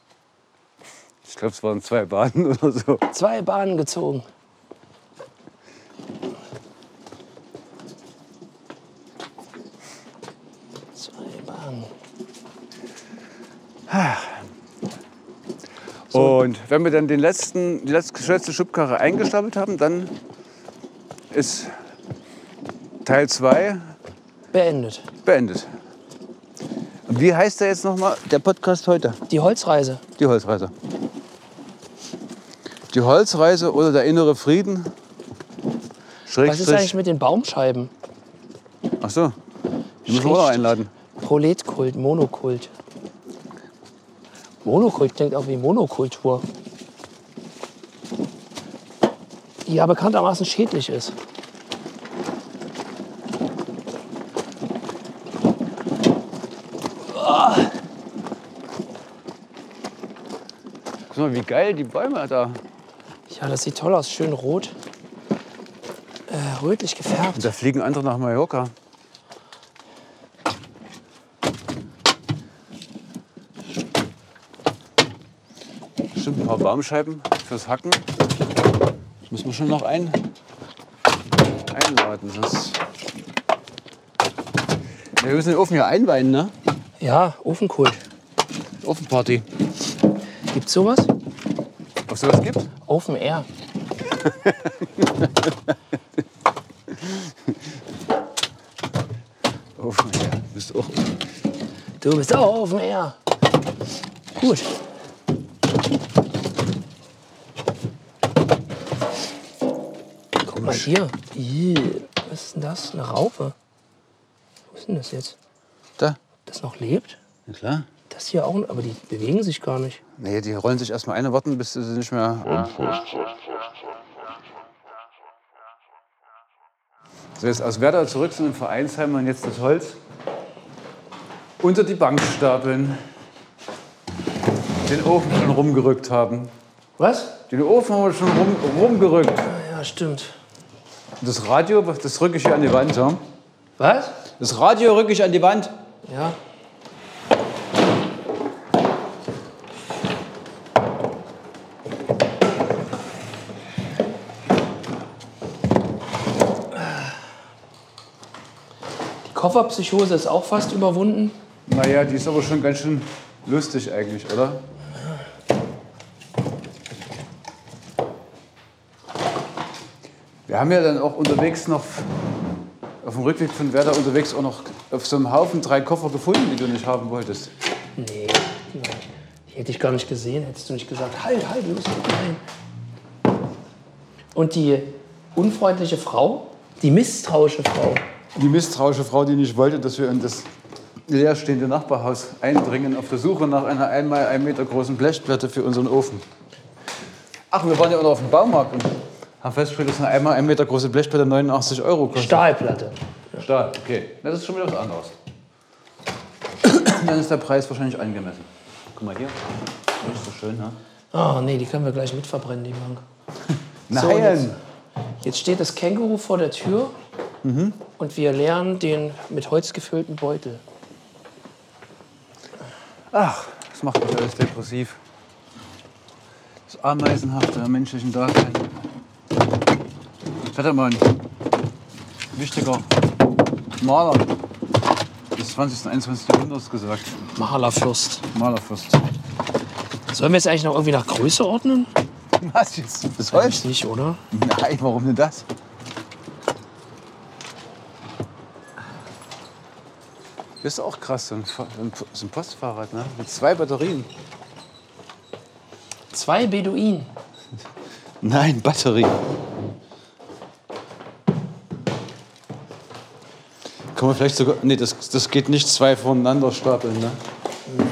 D: Ich glaube, es waren zwei Bahnen <laughs> oder so.
C: Zwei Bahnen gezogen. Zwei Bahnen.
D: Und wenn wir dann den letzten, die letzte letzte Schubkarre eingestapelt haben, dann ist Teil 2
C: Beendet.
D: beendet. Und wie heißt der jetzt nochmal? Der Podcast heute.
C: Die Holzreise.
D: Die Holzreise. Die Holzreise oder der innere Frieden.
C: Was ist eigentlich
D: Schrägstrich.
C: mit den Baumscheiben?
D: Ach so. Die müssen wir auch noch einladen.
C: Proletkult, Monokult. Monokult klingt auch wie Monokultur. Die ja bekanntermaßen schädlich ist.
D: Guck mal, wie geil die Bäume da.
C: Ja, das sieht toll aus, schön rot. Äh, rötlich
D: Und
C: gefärbt.
D: da fliegen andere nach Mallorca. Bestimmt ein paar Baumscheiben fürs Hacken. Das müssen wir schon noch ein einladen. Sonst ja, wir müssen den Ofen hier einweihen, ne?
C: Ja, Ofenkult.
D: Ofenparty.
C: Gibt's sowas?
D: Ob sowas gibt?
C: Ofen Air.
D: Ofen, ja. Bist auch.
C: Du bist auch Ofen Air. Gut. Guck mal hier. Ih, Was ist denn das? Eine Raupe. Wo ist denn das jetzt?
D: Da?
C: Das noch lebt?
D: Na klar.
C: Das hier auch, aber die bewegen sich gar nicht.
D: Nee, die rollen sich erstmal ein und warten, bis sie nicht mehr. äh, So, jetzt aus Werder zurück zu den Vereinsheim und jetzt das Holz unter die Bank stapeln. Den Ofen schon rumgerückt haben.
C: Was?
D: Den Ofen haben wir schon rum, rumgerückt.
C: Ja, stimmt.
D: Das Radio, das rücke ich hier an die Wand. Ja?
C: Was?
D: Das Radio rücke ich an die Wand.
C: Ja. Die Kofferpsychose ist auch fast überwunden.
D: Naja, die ist aber schon ganz schön lustig eigentlich, oder? Wir haben ja dann auch unterwegs noch, auf dem Rückweg von Werder unterwegs auch noch auf so einem Haufen drei Koffer gefunden, die du nicht haben wolltest.
C: Nee, nein. Die hätte ich gar nicht gesehen, hättest du nicht gesagt, halt, halt, wir müssen rein. Und die unfreundliche Frau, die misstrauische Frau,
D: Die misstrauische Frau, die nicht wollte, dass wir in das leerstehende Nachbarhaus eindringen, auf der Suche nach einer einmal ein Meter großen Blechplatte für unseren Ofen. Ach, wir waren ja auch noch auf dem Baumarkt und haben festgestellt, dass eine einmal ein Meter große Blechplatte 89 Euro kostet.
C: Stahlplatte.
D: Stahl, okay. Na, Das ist schon wieder was anderes. Dann ist der Preis wahrscheinlich angemessen. Guck mal hier. Nicht so schön, ne?
C: Ah, nee, die können wir gleich mitverbrennen, die Bank. So, und
D: Nein!
C: Jetzt steht das Känguru vor der Tür und wir leeren den mit Holz gefüllten Beutel.
D: Ach, das macht mich alles depressiv. Das Ameisenhafte am menschlichen Dasein. Fettermann, wichtiger Maler des 20. und 21. Jahrhunderts gesagt.
C: Malerfürst.
D: Malerfürst. <laughs>
C: Sollen wir jetzt eigentlich noch irgendwie nach Größe ordnen?
D: Was jetzt? Bis
C: Eigentlich nicht, oder?
D: Nein, warum denn das? Das ist auch krass, so ein, Fa- so ein Po- so ein Postfahrrad, ne? Mit zwei Batterien.
C: Zwei Beduinen.
D: Nein, Batterien. Kann man vielleicht sogar. Nee, das, das geht nicht zwei voneinander stapeln, ne?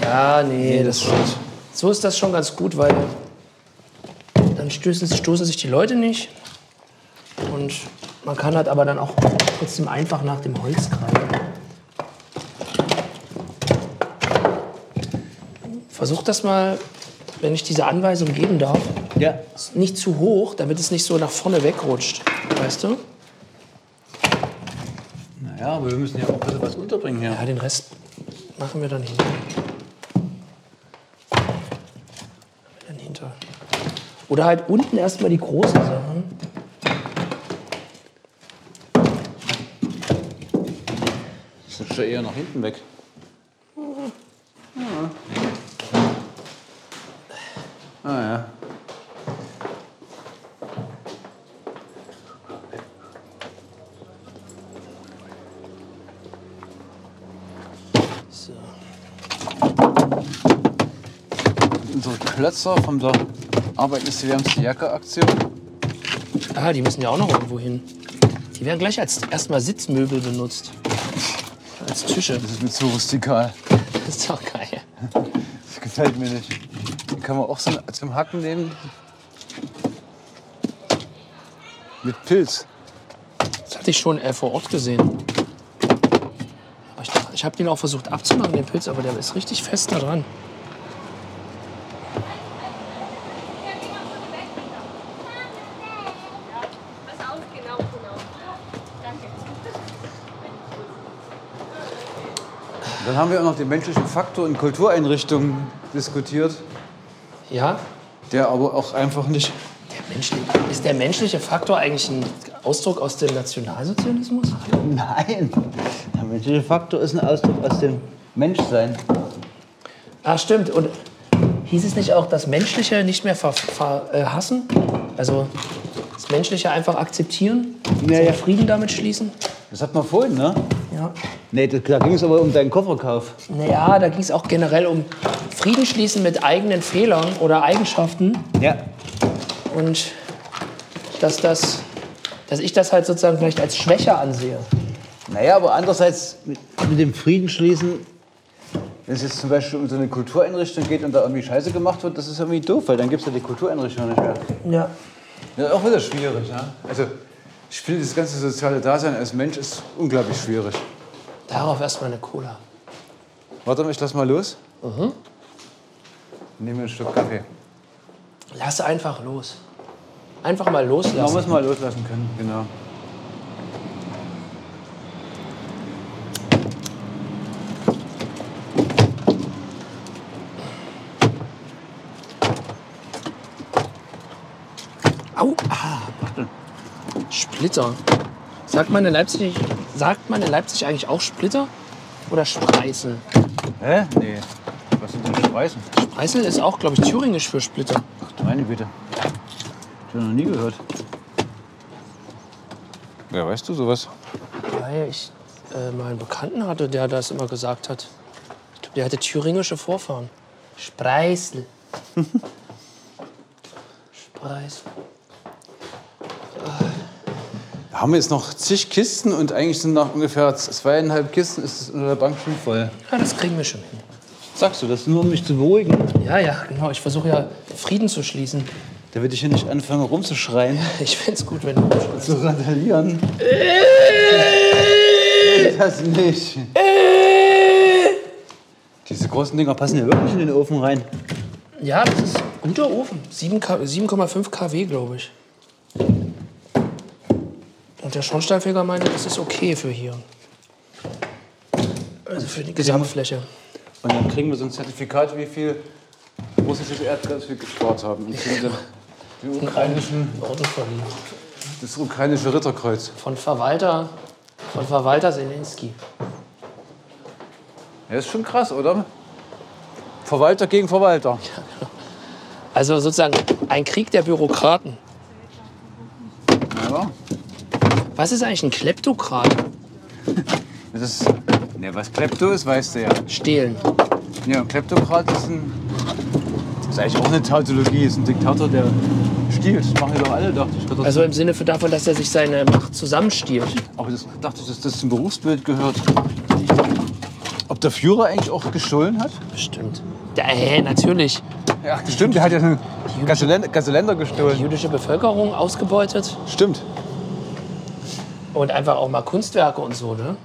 C: Ja, nee, das
D: stimmt.
C: So ist das schon ganz gut, weil dann stößen, stoßen sich die Leute nicht. Und man kann halt aber dann auch trotzdem einfach nach dem Holz greifen. Versucht das mal, wenn ich diese Anweisung geben darf,
D: Ja.
C: nicht zu hoch, damit es nicht so nach vorne wegrutscht. Weißt du?
D: Naja, aber wir müssen ja auch ein bisschen was unterbringen hier.
C: Ja, den Rest machen wir dann hin. Dann hinter. Oder halt unten erstmal die großen Sachen.
D: Das ist ja eher nach hinten weg. Ja. Ah ja.
C: So.
D: Unsere Klötzer von der Arbeit ist die wärmste Jacke-Aktion.
C: Ah, die müssen ja auch noch irgendwo hin. Die werden gleich als erstmal Sitzmöbel benutzt. Als Tische.
D: Das ist mir zu rustikal.
C: Das ist doch geil.
D: Das gefällt mir nicht. Die kann man auch so zum Hacken nehmen. Mit Pilz.
C: Das hatte ich schon äh, vor Ort gesehen. Aber ich dachte- ich habe den auch versucht abzumachen, den Pilz, aber der ist richtig fest da dran.
E: Pass auf, genau, genau. Danke.
D: Dann haben wir auch noch den menschlichen Faktor in Kultureinrichtungen diskutiert,
C: Ja?
D: der aber auch einfach nicht.
C: Der menschliche, ist der menschliche Faktor eigentlich ein Ausdruck aus dem Nationalsozialismus?
D: Nein! Der menschliche Faktor ist ein Ausdruck aus dem Menschsein.
C: Ah, stimmt. Und hieß es nicht auch, das Menschliche nicht mehr verhassen? Ver, äh, hassen? also das Menschliche einfach akzeptieren?
D: Ja,
C: so
D: ja.
C: Frieden damit schließen?
D: Das hat man vorhin, ne?
C: Ja.
F: Nee, da, da ging es aber um deinen Kofferkauf.
C: Naja, da ging es auch generell um Frieden schließen mit eigenen Fehlern oder Eigenschaften
F: Ja.
C: und dass das, dass ich das halt sozusagen vielleicht als schwächer ansehe.
F: Naja, aber andererseits mit, mit dem Frieden schließen, wenn es jetzt zum Beispiel um so eine Kultureinrichtung geht und da irgendwie Scheiße gemacht wird, das ist irgendwie doof, weil dann gibt es ja die Kultureinrichtung nicht mehr.
C: Ja.
F: Ja, auch wieder schwierig, ja.
D: Also, ich finde, das ganze soziale Dasein als Mensch ist unglaublich schwierig.
C: Darauf erstmal eine Cola.
D: Warte mal, ich lass mal los.
F: Mhm.
D: Nehmen wir einen Schluck Kaffee.
C: Lass einfach los. Einfach mal
F: Man
C: loslassen.
F: muss mal loslassen können.
D: Genau.
C: Au, ah, Splitter. Sagt man in Leipzig, sagt man in Leipzig eigentlich auch Splitter oder Spreißel?
F: Hä? Nee. Was sind denn Speisen?
C: Spreißel ist auch, glaube ich, thüringisch für Splitter.
F: Ach du meine Güte. Ich habe noch nie gehört.
D: Ja, weißt du sowas?
C: Weil ich äh, mal einen Bekannten hatte, der das immer gesagt hat. Der hatte thüringische Vorfahren. <laughs> Spreißel. Spreißel.
D: Da haben wir jetzt noch zig Kisten und eigentlich sind nach ungefähr zweieinhalb Kisten ist es unter der Bank schon voll.
C: Ja, das kriegen wir schon hin.
F: Sagst du das nur, um mich zu beruhigen?
C: Ja, ja, genau. Ich versuche ja, Frieden zu schließen.
F: Da würde ich hier nicht anfangen rumzuschreien,
C: Ich find's gut, wenn du
F: zu randalieren. das nicht.
C: Äh!
D: Diese großen Dinger passen
F: Passen ja wirklich in den Ofen rein.
C: Ja, das ist ein guter Ofen. 7 K- 7,5 kW, glaube ich. Und der Schornsteinfeger meinte, das ist okay für hier. Also für die Gesamtfläche.
D: Und dann kriegen wir so ein Zertifikat, wie viel russisches Erdgas wir gespart haben. Und kriegen dann die ukrainischen,
C: Orden verliehen.
D: das ukrainische Ritterkreuz.
C: Von Verwalter, von Verwalter Selinski.
D: Ja, ist schon krass, oder? Verwalter gegen Verwalter.
C: Also sozusagen ein Krieg der Bürokraten.
F: Ja.
C: Was ist eigentlich ein Kleptokrat?
D: Das ist, ne, was Klepto ist, weißt du ja.
C: Stehlen.
D: Ja, ein Kleptokrat ist ein. ist eigentlich auch eine Tautologie, ist ein Diktator, der stiehlt. Das machen ja doch alle, dachte ich. Gehört
C: Also im Sinne für davon, dass er sich seine Macht zusammenstiehlt.
D: Aber das dachte ich, dass das zum Berufsbild gehört. Ob der Führer eigentlich auch gestohlen hat?
C: Bestimmt. Ja, hä, natürlich.
D: Ja, stimmt, der hat ja eine ganze Länder, ganze Länder
C: Die
D: gestohlen.
C: jüdische Bevölkerung ausgebeutet.
D: Stimmt.
C: Und einfach auch mal Kunstwerke und so, ne?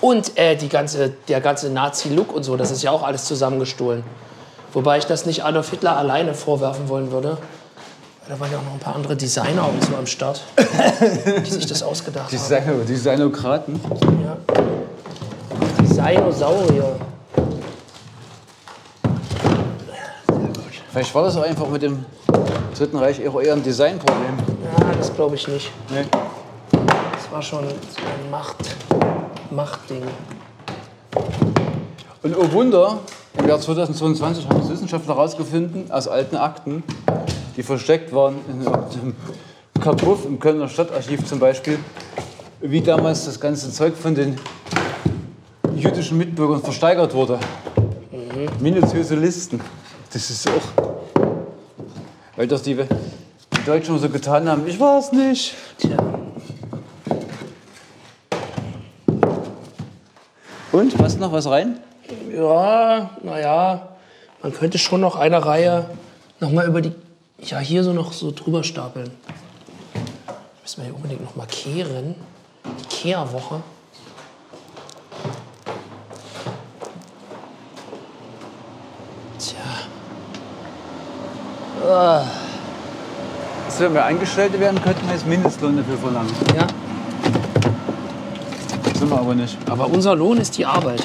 C: Und äh, die ganze, der ganze Nazi-Look und so, das ist ja auch alles zusammengestohlen. Wobei ich das nicht Adolf Hitler alleine vorwerfen wollen würde. Da waren ja auch noch ein paar andere Designer und so am Start, die sich das ausgedacht haben.
D: Designer, Designokraten.
C: Ja. Dinosaurier.
D: Vielleicht war das auch einfach mit dem Dritten Reich eher eher ein Designproblem.
C: Ja, das glaube ich nicht.
D: Nee.
C: Das war schon so ein Macht, Machtding.
D: Und oh Wunder, im Jahr 2022 haben es Wissenschaftler herausgefunden, aus alten Akten, die versteckt waren in einem Kapuff im Kölner Stadtarchiv zum Beispiel, wie damals das ganze Zeug von den jüdischen Mitbürgern versteigert wurde. Minutiöse Listen. Das ist auch. Weil das die, die Deutschen immer so getan haben, ich war es nicht.
C: Tja.
F: Und? Passt noch was rein?
C: Ja, naja, man könnte schon noch eine Reihe nochmal über die. Ja, hier so noch so drüber stapeln. Müssen wir hier unbedingt noch mal kehren. Die Kehrwoche. Tja,
D: Also wenn wir Angestellte werden, könnten wir jetzt Mindestlohn dafür verlangen.
C: ja.
D: Sind wir aber nicht.
C: Aber unser Lohn ist die Arbeit.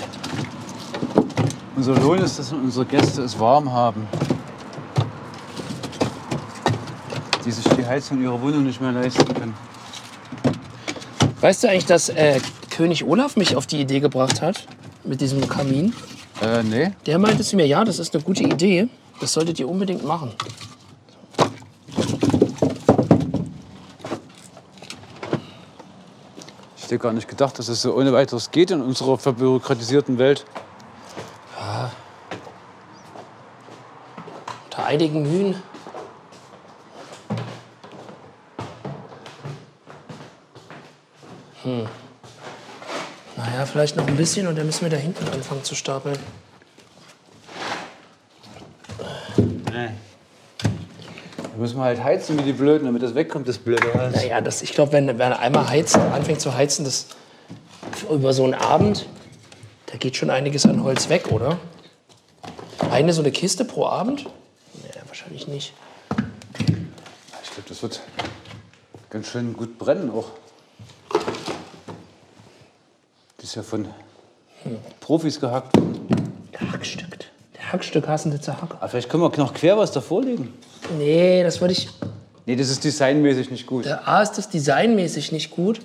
D: Unser Lohn ist, dass unsere Gäste es warm haben. Die sich die Heizung ihrer Wohnung nicht mehr leisten können.
C: Weißt du eigentlich, dass äh, König Olaf mich auf die Idee gebracht hat? Mit diesem Kamin?
D: Äh, nee.
C: Der meinte zu mir, ja, das ist eine gute Idee. Das solltet ihr unbedingt machen.
D: Ich Ich hätte gar nicht gedacht, dass es so ohne weiteres geht in unserer verbürokratisierten Welt.
C: Unter einigen Mühen. Hm. Naja, vielleicht noch ein bisschen und dann müssen wir da hinten anfangen zu stapeln.
D: Da müssen wir halt heizen wie die Blöden, damit das wegkommt, das blöde Hals.
C: Naja, das, ich glaube, wenn, wenn er einmal heizt, anfängt zu heizen, das über so einen Abend, da geht schon einiges an Holz weg, oder? Eine so eine Kiste pro Abend? Naja, wahrscheinlich nicht.
D: Ich glaube, das wird ganz schön gut brennen auch. Die ist ja von Profis gehackt.
C: Der Hackstück. Der Hackstück Hassenditzer Hack.
D: Aber vielleicht können wir noch quer was davor legen.
C: Nee, das würde ich.
D: Nee, das ist designmäßig nicht gut.
C: Da Äh, A ist das designmäßig nicht gut.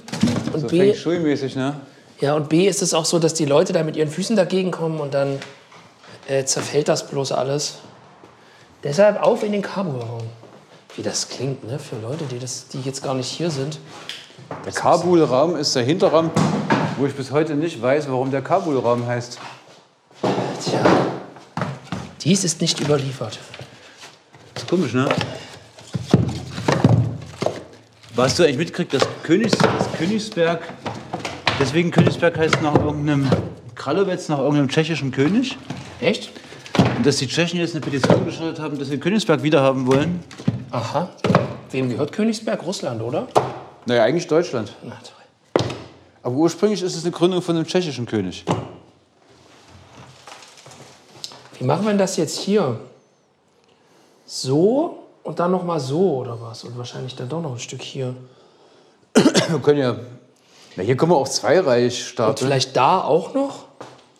C: Und
D: So
C: B.
D: Feng Shui-mäßig, ne?
C: Ja, und B ist es auch so, dass die Leute da mit ihren Füßen dagegen kommen und dann äh, zerfällt das bloß alles. Deshalb auf in den Kabelraum. Wie das klingt, ne? Für Leute, die, das, die jetzt gar nicht hier sind.
D: Der Kabul-Raum ist der Hinterraum, wo ich bis heute nicht weiß, warum der Kabul-Raum heißt.
C: Tja. Dies ist nicht überliefert.
F: Das ist komisch, ne? Was du eigentlich mitkriegt, dass Königs, das Königsberg, deswegen Königsberg heißt nach irgendeinem Kralowetz, nach irgendeinem tschechischen König.
C: Echt?
F: Und dass die Tschechen jetzt eine Petition gestartet haben, dass sie Königsberg wiederhaben wollen.
C: Aha. Wem gehört Königsberg? Russland, oder?
D: Naja, eigentlich Deutschland.
C: Na toll.
D: Aber ursprünglich ist es eine Gründung von einem tschechischen König.
C: Wie machen wir denn das jetzt hier? So und dann nochmal so oder was? Und wahrscheinlich dann doch noch ein Stück hier.
D: Wir können ja. Na, hier können wir auch zweireich
C: Und
D: starten.
C: vielleicht da auch noch?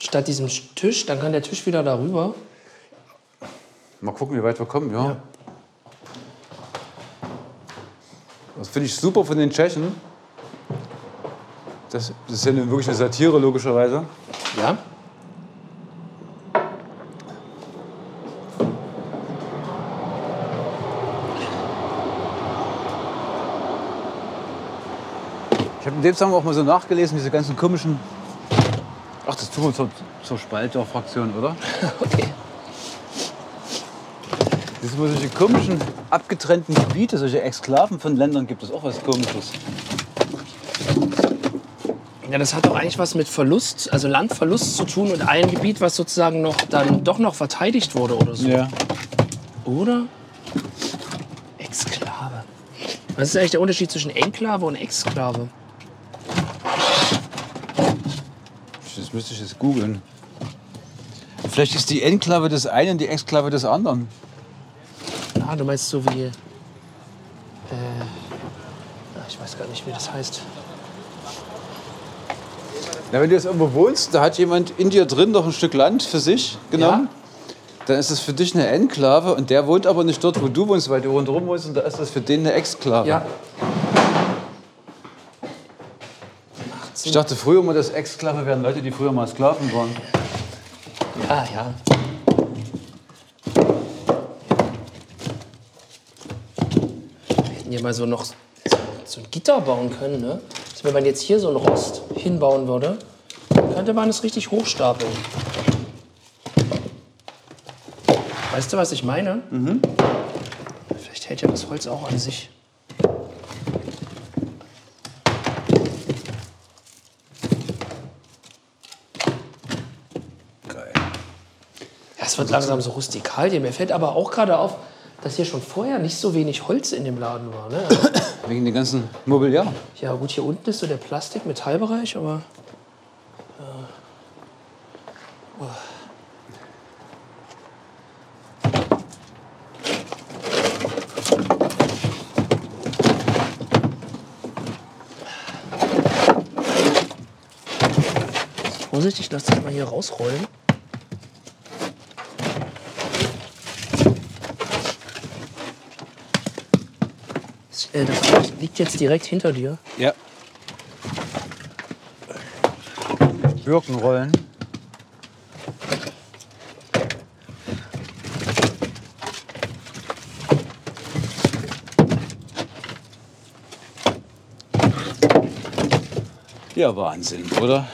C: Statt diesem Tisch, dann kann der Tisch wieder darüber.
D: Mal gucken, wie weit wir kommen, ja. Das finde ich super von den Tschechen. Das, das ist ja nun wirklich eine Satire, logischerweise.
C: Ja?
D: Ich habe in dem Zusammenhang auch mal so nachgelesen, diese ganzen komischen. Ach, das tun wir zur, zur Spalter-Fraktion, oder?
C: Okay.
F: Das sind solche komischen, abgetrennten Gebiete, solche Exklaven von Ländern gibt es auch was Komisches.
C: Ja, das hat doch eigentlich was mit Verlust, also Landverlust zu tun und ein Gebiet, was sozusagen noch dann doch noch verteidigt wurde oder so.
F: Ja.
C: Oder? Exklave. Was ist eigentlich der Unterschied zwischen Enklave und Exklave?
D: Das müsste ich jetzt googeln. Vielleicht ist die Enklave des einen die Exklave des anderen.
C: Ah, du meinst so wie. Äh, ah, ich weiß gar nicht, wie das heißt.
D: Na, wenn du jetzt irgendwo wohnst, da hat jemand in dir drin noch ein Stück Land für sich genommen. Dann ist es für dich eine Enklave und der wohnt aber nicht dort, wo du wohnst, weil du rundherum wohnst und da ist das für den eine Exklave.
C: Ja.
D: Ich dachte früher mal, dass Exklave wären Leute, die früher mal Sklaven waren.
C: Ja, Ah, ja. Wir hätten hier mal so noch so, so ein Gitter bauen können, ne? Also wenn man jetzt hier so ein Rost hinbauen würde, könnte man es richtig hochstapeln. Weißt du, was ich meine? Mhm. Vielleicht hält ja das Holz auch an sich. Ja, es wird langsam so rustikal hier. Mir fällt aber auch gerade auf, dass hier schon vorher nicht so wenig Holz in dem Laden war. Ne? Also,
D: Wegen dem ganzen Mobiliar.
C: ja gut, hier unten ist so der Plastik-Metallbereich, aber äh, vorsichtig, lass das mal hier rausrollen. Das, äh, das liegt jetzt direkt hinter dir.
D: Ja. Birkenrollen. Ja, Wahnsinn, oder?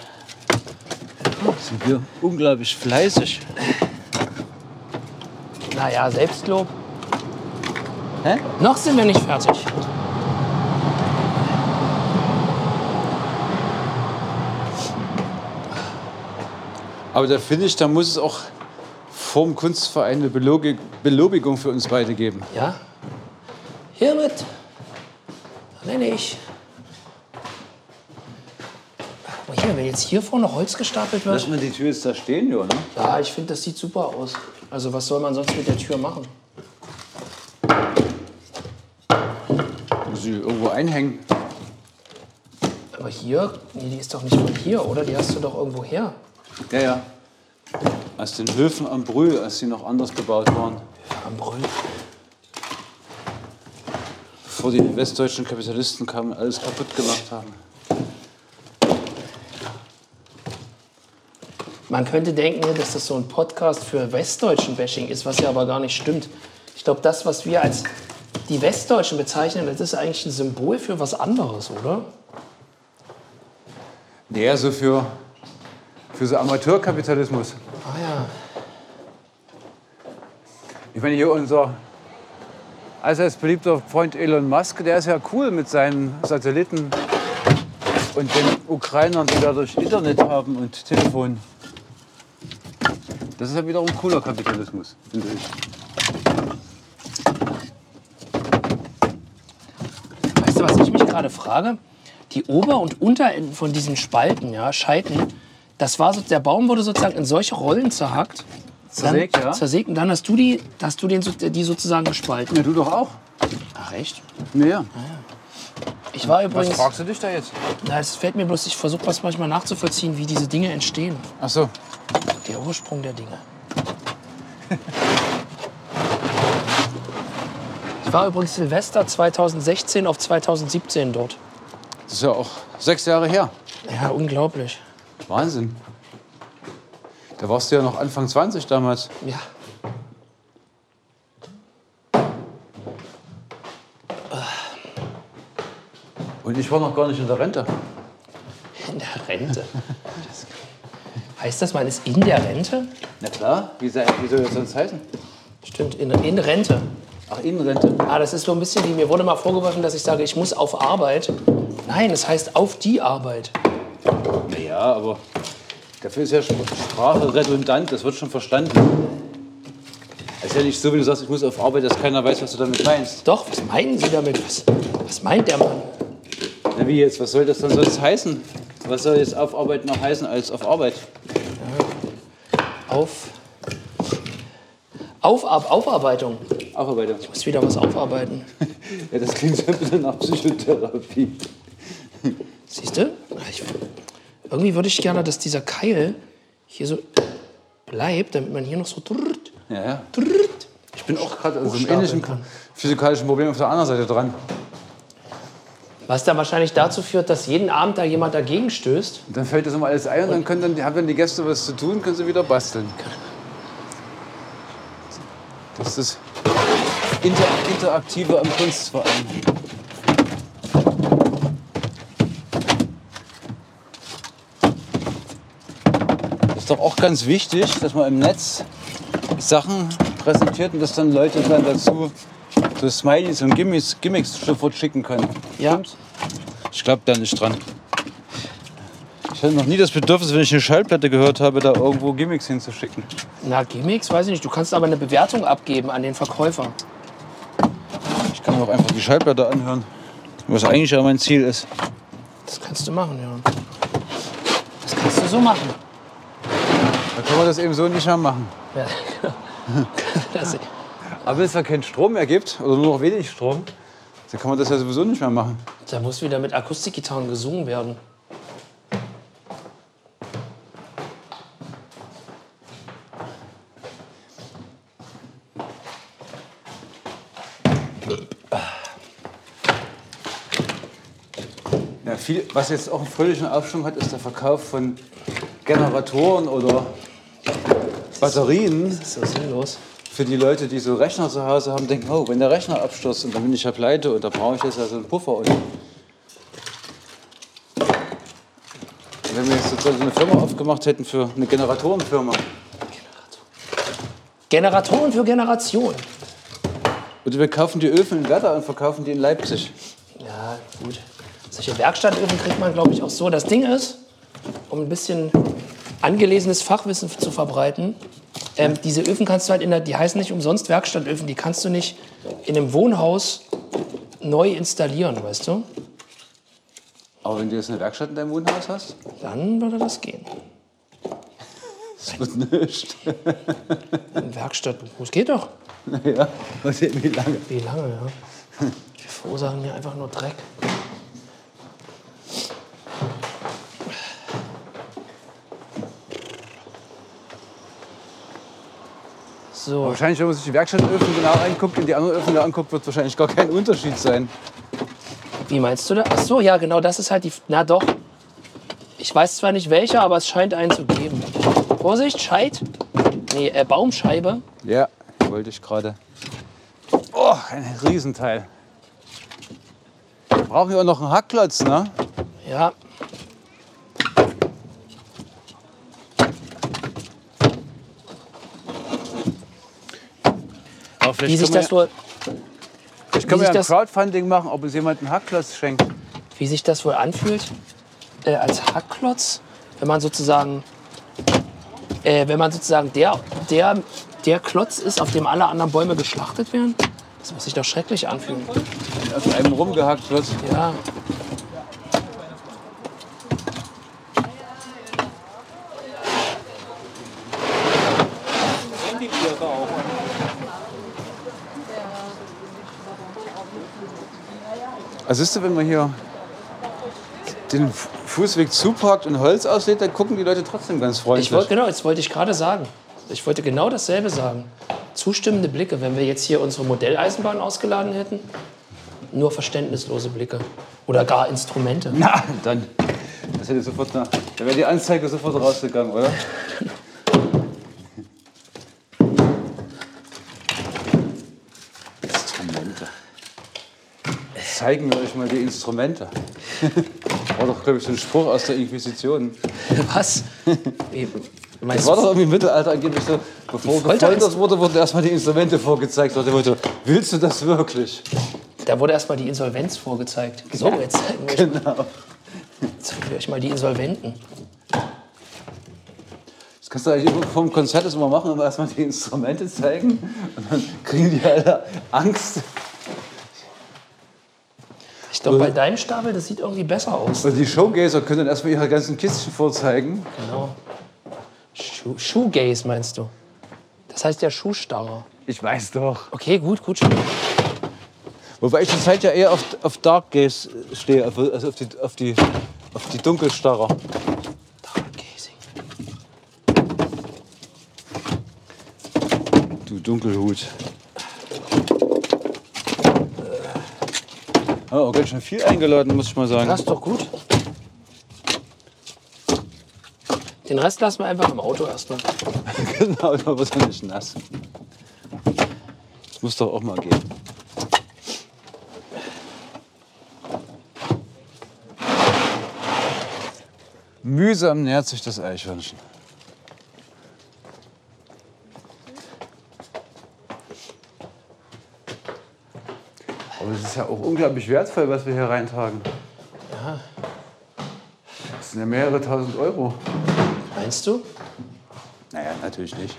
D: Sind wir unglaublich fleißig.
C: Naja, Selbstlob.
D: Hä?
C: Noch sind wir nicht fertig.
D: Aber da finde ich, da muss es auch vom Kunstverein eine Belogi- Belobigung für uns beide geben.
C: Ja? Hiermit nenne ich. Aber hier, wenn jetzt hier vorne Holz gestapelt wird.
D: wir die Tür jetzt da stehen, ja, ne?
C: Ja, ich finde, das sieht super aus. Also was soll man sonst mit der Tür machen?
D: Muss ich irgendwo einhängen.
C: Aber hier, nee, die ist doch nicht von hier, oder? Die hast du doch irgendwo her.
D: Ja, ja. Aus den Höfen am Brühl, als sie noch anders gebaut waren.
C: Am Brüll.
D: Bevor die westdeutschen Kapitalisten kamen, und alles kaputt gemacht haben.
C: Man könnte denken, ne, dass das so ein Podcast für westdeutschen Bashing ist, was ja aber gar nicht stimmt. Ich glaube, das, was wir als die Westdeutschen bezeichnen, das ist eigentlich ein Symbol für was anderes, oder?
D: Naja, so für, für so Amateurkapitalismus.
C: Ah ja.
D: Ich meine, hier unser allseits beliebter Freund Elon Musk, der ist ja cool mit seinen Satelliten und den Ukrainern, die dadurch Internet haben und Telefon. Das ist ja wiederum cooler Kapitalismus, finde ich.
C: Weißt du, was ich mich gerade frage? Die Ober- und Unterenden von diesen Spalten, ja, Scheiten, das war so, der Baum wurde sozusagen in solche Rollen zerhackt.
D: Zersägt,
C: dann,
D: ja.
C: Zersägt, und dann hast du die, hast du den, so- die sozusagen gespalten.
D: Ja, du doch auch.
C: Ach, echt?
D: Naja.
C: Ich war übrigens,
D: du dich da jetzt?
C: na, es fällt mir bloß, ich versuche was manchmal nachzuvollziehen, wie diese Dinge entstehen.
D: Ach so.
C: Der Ursprung der Dinge. Ich war übrigens Silvester 2016 auf 2017 dort.
D: Das ist ja auch sechs Jahre her.
C: Ja, unglaublich.
D: Wahnsinn. Da warst du ja noch Anfang 20 damals.
C: Ja.
D: Und ich war noch gar nicht in der Rente.
C: In der Rente. heißt das, man ist in der Rente?
D: Na klar, wie, sei- wie soll das sonst heißen?
C: Stimmt, in, in Rente.
D: Ach, Innenrente.
C: Ah, das ist so ein bisschen wie, mir wurde mal vorgeworfen, dass ich sage, ich muss auf Arbeit. Nein, es heißt auf die Arbeit.
D: Naja, aber dafür ist ja schon Sprache redundant, das wird schon verstanden. Es ist ja nicht so, wie du sagst, ich muss auf Arbeit, dass keiner weiß, was du damit meinst.
C: Doch, was meinen Sie damit? Was, was meint der Mann?
D: Na wie jetzt, was soll das dann sonst heißen? Was soll jetzt auf Arbeit noch heißen als auf Arbeit?
C: Auf, auf, auf Aufarbeitung.
D: Aufarbeitung.
C: Muss wieder was aufarbeiten.
D: Ja, das klingt so ein bisschen nach Psychotherapie.
C: Siehst du? Ah, Ich, irgendwie würde ich gerne, dass dieser Keil hier so bleibt, damit man hier noch so drrrt,
D: Ja, ja.
C: drrrt
D: Ich bin auch gerade an so einem
C: Hochstapeln
D: ähnlichen
C: kann.
D: physikalischen Problem auf der anderen Seite dran.
C: Was dann wahrscheinlich dazu führt, dass jeden Abend da jemand dagegen stößt.
D: Und dann fällt das immer alles ein und dann, können dann haben dann die Gäste was zu tun, können sie wieder basteln. Das ist das Inter Interaktive am Kunstverein. Das ist doch auch ganz wichtig, dass man im Netz Sachen präsentiert und dass dann Leute dann dazu so Smileys und Gimmicks, Gimmicks sofort schicken können.
C: Ja.
D: Ich glaube da nicht dran. Ich hatte noch nie das Bedürfnis, wenn ich eine Schallplatte gehört habe, da irgendwo Gimmicks hinzuschicken.
C: Na, Gimmicks, weiß ich nicht. Du kannst aber eine Bewertung abgeben an den Verkäufer.
D: Ich kann mir auch einfach die Schallplatte anhören, was eigentlich ja mein Ziel ist.
C: Das kannst du machen, ja. Das kannst du so machen.
D: Da kann man das eben so nicht mehr machen.
C: Ja, genau. <laughs> Das-
D: Aber wenn es da keinen Strom mehr gibt, oder nur noch wenig Strom, dann kann man das ja sowieso nicht mehr machen.
C: da muss wieder mit Akustikgitarren gesungen werden.
D: Ja, viel, was jetzt auch einen fröhlichen Aufschwung hat, ist der Verkauf von Generatoren oder Batterien.
C: Das ist doch sinnlos.
D: für die Leute, die so Rechner zu Hause haben, denken, oh, wenn der Rechner abstürzt und dann bin ich ja pleite und da brauche ich jetzt also einen Puffer. Und wenn wir jetzt sozusagen so eine Firma aufgemacht hätten für eine Generatorenfirma.
C: Generatoren für Generationen.
D: Und wir kaufen die Öfen in Werder und verkaufen die in Leipzig.
C: Ja, gut. Solche Werkstattöfen kriegt man, glaube ich, auch so. Das Ding ist, um ein bisschen angelesenes Fachwissen zu verbreiten, ähm, diese Öfen kannst du halt in der, die heißen nicht umsonst Werkstattöfen, die kannst du nicht in einem Wohnhaus neu installieren, weißt du?
D: Aber wenn du jetzt eine Werkstatt in deinem Wohnhaus hast,
C: Dann würde das gehen.
D: das wird nichts.
C: Ein Werkstattruf geht doch.
D: Ja, mal sehen, wie lange.
C: Wie lange, ja? Wir verursachen hier einfach nur Dreck. So,
D: Wahrscheinlich, wenn man sich die Werkstattöfen genau anguckt und die anderen Öfen genau anguckt, wird wahrscheinlich gar kein Unterschied sein.
C: wie meinst du das? Ach so, ja, genau, das ist halt die. Na doch. Ich weiß zwar nicht welcher, aber es scheint einen zu geben. Vorsicht, Scheit. Nee, äh, Baumscheibe.
D: Ja, wollte ich gerade. Oh, ein Riesenteil. Brauchen wir auch noch einen Hackklotz, ne?
C: Ja.
D: Aber vielleicht
C: Wie sich das
D: können
C: wohl,
D: wir, ich kann
C: wie sich
D: ja ein
C: das-
D: Crowdfunding machen, ob uns jemand einen Hackklotz schenkt.
C: wie sich das wohl anfühlt äh, als Hackklotz, wenn man sozusagen, äh, wenn man sozusagen der, der, der Klotz ist, auf dem alle anderen Bäume geschlachtet werden. Das muss sich doch schrecklich anfühlen.
D: Auf einem rumgehackt wird.
C: Ja.
D: Also siehst du, wenn man hier den Fu- Fußweg zuparkt und Holz auslädt, dann gucken die Leute trotzdem ganz
C: Ich wollte
D: freundlich.
C: genau, jetzt wollte ich gerade sagen. Ich wollte genau dasselbe sagen. Zustimmende Blicke, wenn wir jetzt hier unsere Modelleisenbahn ausgeladen hätten. Nur verständnislose Blicke. Oder gar Instrumente.
D: Na, dann. Das hätte sofort eine, da wäre die Anzeige sofort rausgegangen, oder? Instrumente. Jetzt Zeigen wir euch mal die Instrumente. War doch, glaube ich, so ein Spruch aus der Inquisition.
C: Was? Wie,
D: Das
C: meinst
D: war
C: du,
D: doch irgendwie im Mittelalter angeblich so, bevor
C: Folter-
D: gefoltert wurde, wurden erstmal die Instrumente vorgezeigt. Und wurde, willst du das wirklich?
C: Da wurde erstmal die Insolvenz vorgezeigt. So, jetzt zeigen wir,
D: genau.
C: euch, jetzt zeigen wir euch mal die Insolventen.
D: Das kannst du eigentlich immer vor dem Konzert das immer machen, immer erstmal die Instrumente zeigen und dann kriegen die alle Angst.
C: Ich glaube,
D: Äh.
C: bei deinem Stapel, das sieht irgendwie besser aus.
D: Und Also die Showgazer können dann erstmal ihre ganzen Kisten vorzeigen.
C: Genau. Shoe- Shoegaze meinst du? Das heißt ja Schuhstarrer.
D: Ich weiß doch.
C: Okay, gut, gut.
D: Wobei ich zurzeit ja eher auf, auf Dark Gaze stehe, auf- also auf die, auf die, auf die Dunkelstarrer.
C: Stargazing.
D: Du Dunkelhut. Oh, ganz schön viel eingeladen, muss ich mal sagen.
C: Das ist doch gut. Den Rest lassen wir einfach im Auto erstmal.
D: <laughs> Genau, da wird er nicht nass. Das muss doch auch mal gehen. Mühsam nähert sich das Eichhörnchen. Aber es ist ja auch unglaublich wertvoll, was wir hier reintragen. Das sind ja mehrere tausend Euro.
C: Meinst du?
D: Naja, natürlich nicht.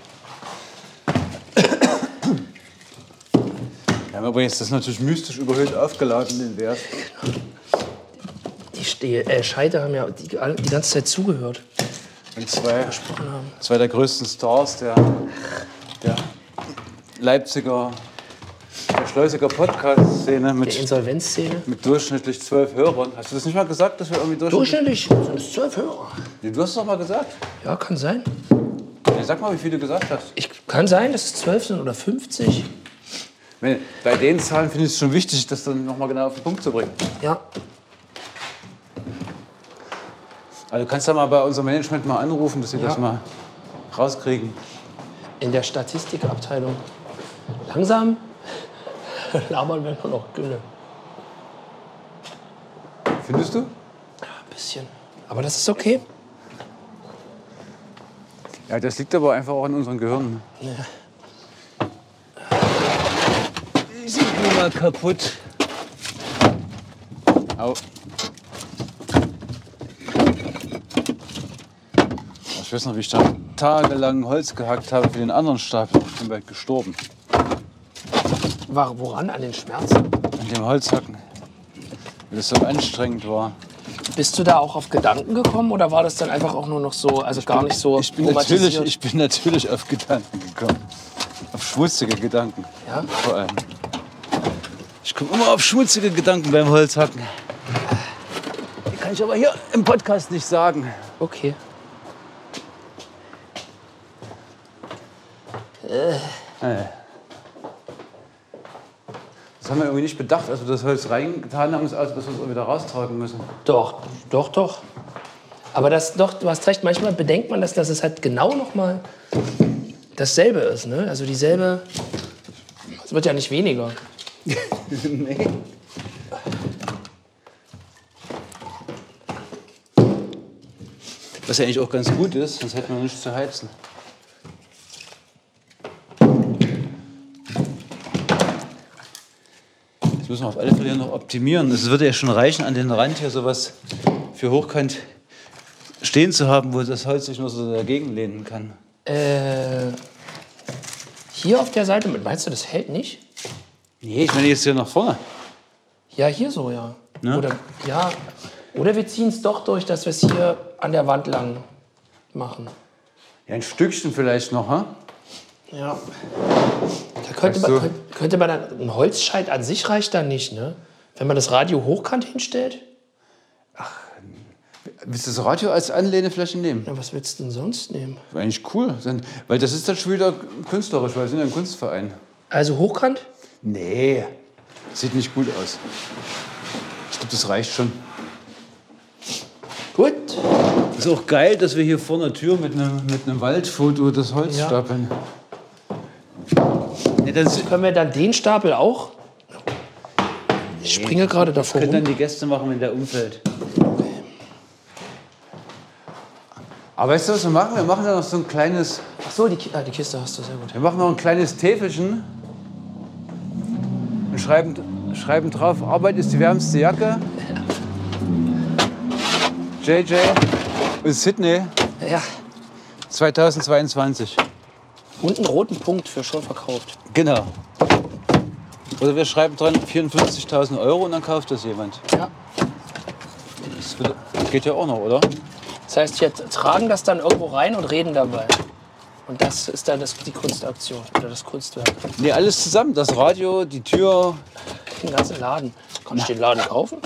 D: Wir haben aber jetzt das natürlich mystisch überhöht aufgeladen, den Wert.
C: Die Ste äh, Scheite haben ja die, die ganze Zeit zugehört.
D: Und zwei, zwei der größten Stars der, der Leipziger, der Schleusiger Podcast-Szene
C: Der
D: mit,
C: Insolvenzszene.
D: mit durchschnittlich zwölf Hörern. Hast du das nicht mal gesagt, dass wir irgendwie durchschnittlich...
C: Durchschnittlich sind es zwölf Hörer.
D: Nee, du hast es doch mal gesagt.
C: Ja, kann sein.
D: Nee, sag mal, wie viel du gesagt hast.
C: Ich, kann sein, dass es 12 sind oder 50.
D: Wenn- Bei den Zahlen finde ich es schon wichtig, das dann nochmal genau auf den Punkt zu bringen.
C: Ja.
D: Also du kannst ja mal bei unserem Management mal anrufen, dass sie das
C: Ja.
D: mal rauskriegen.
C: In der Statistikabteilung. Langsam <laughs> labern wir nur noch Gülle.
D: Findest du?
C: Ein bisschen. Aber das ist okay.
D: Ja, das liegt aber einfach auch in unseren Gehirnen. Die sind nun mal kaputt. Au. Ich weiß noch, wie ich da tagelang Holz gehackt habe für den anderen Stab. Ich bin bald gestorben.
C: War, woran? An den Schmerzen?
D: An dem Holzhacken. Weil das so anstrengend war.
C: Bist du da auch auf Gedanken gekommen oder war das dann einfach auch nur noch so, also gar nicht so
D: Ich bin, natürlich,
C: traumatisiert?
D: ich bin natürlich auf Gedanken gekommen. Auf schmutzige Gedanken.
C: Ja?
D: Vor allem. Ich komme immer auf schmutzige Gedanken beim Holzhacken. Die kann ich aber hier im Podcast nicht sagen.
C: Okay.
D: Das haben wir irgendwie nicht bedacht, als wir das Holz reingetan haben, ist alles, dass wir es auch wieder raustragen müssen.
C: Doch, doch, doch. Aber das, doch, du hast recht, manchmal bedenkt man das, dass es halt genau nochmal dasselbe ist, ne? Also dieselbe. Es wird ja nicht weniger.
D: Was ja eigentlich auch ganz gut ist, sonst hätten wir nichts zu heizen. Das müssen wir auf alle Fälle hier noch optimieren. Es würde ja schon reichen, an den Rand hier sowas für hochkant stehen zu haben, wo das Holz sich nur so dagegen lehnen kann.
C: Äh, hier auf der Seite, meinst du, das hält nicht?
D: Nee, ich meine jetzt hier nach vorne.
C: Ja, hier so, ja.
D: Ne?
C: Oder, ja. Oder wir ziehen es doch durch, dass wir es hier an der Wand lang machen.
D: Ja, ein Stückchen vielleicht noch, ha?
C: Ja. Da könnte,
D: Weißt
C: man,
D: du-
C: könnte- könnte man dann. Ein Holzscheit an sich reicht da nicht, ne? Wenn man das Radio hochkant hinstellt?
D: Willst du das Radio als Anlehnefläche nehmen?
C: Na, was willst du denn sonst nehmen?
D: Eigentlich cool, dann, weil das ist dann schon wieder künstlerisch, weil wir sind ja ein Kunstverein.
C: Also hochkant?
D: Nee, sieht nicht gut aus. Ich glaube, das reicht schon.
C: Gut.
D: Ist auch geil, dass wir hier vor einer Tür mit einem, mit einem Waldfoto das Holz
C: Ja.
D: stapeln. Nee, dann s-
C: Können wir dann den Stapel auch? Ich springe gerade davor
D: können dann
C: rum.
D: die Gäste machen, wenn der umfällt. Aber weißt du, was wir machen? Wir machen da noch so ein kleines,
C: Ach so, die, Ki- ah, die Kiste hast du, sehr gut.
D: wir machen noch ein kleines Täfelchen und schreiben, schreiben drauf, Arbeit ist die wärmste Jacke. JJ und Sydney
C: Ja,
D: 2022.
C: und einen roten Punkt für schon verkauft.
D: Genau. Oder wir schreiben dran 54.000 Euro und dann kauft das jemand.
C: Ja.
D: Das wird- geht ja auch noch, oder?
C: Das heißt, wir tragen das dann irgendwo rein und reden dabei. Und das ist dann das, die Kunstaktion oder das Kunstwerk.
D: Nee, alles zusammen. Das Radio, die Tür.
C: Den ganzen Laden. Kann ich den Laden kaufen?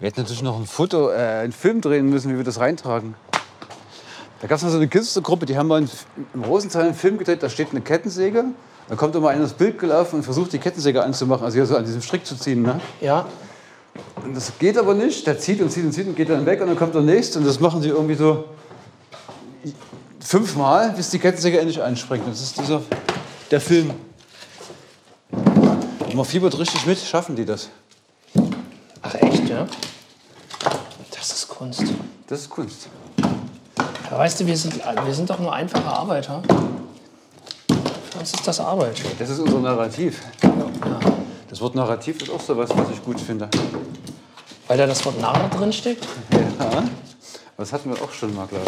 D: Wir hätten natürlich noch ein Foto, äh, einen Film drehen müssen, wie wir das reintragen. Da gab es noch so eine Künstlergruppe, die haben mal einen, F- im Rosenthal einen Film gedreht, da steht eine Kettensäge. Da kommt immer einer ins Bild gelaufen und versucht, die Kettensäge anzumachen, also hier so an diesem Strick zu ziehen. Ne?
C: Ja.
D: Und das geht aber nicht. Der zieht und zieht und zieht und geht dann weg und dann kommt der nächste und das machen sie irgendwie so fünfmal, bis die Kettensäge endlich einspringt. Das ist dieser, der Film. Und man fiebert richtig mit, schaffen die das.
C: Ach echt, ja? Das ist Kunst.
D: Das ist Kunst.
C: Ja, weißt du, wir sind, wir sind doch nur einfache Arbeiter. Für uns ist das Arbeit.
D: Das ist unser Narrativ. Das Wort Narrativ ist auch sowas, was ich gut finde.
C: Weil da das Wort Narr drin steckt?
D: Ja. Das hatten wir auch schon mal, glaube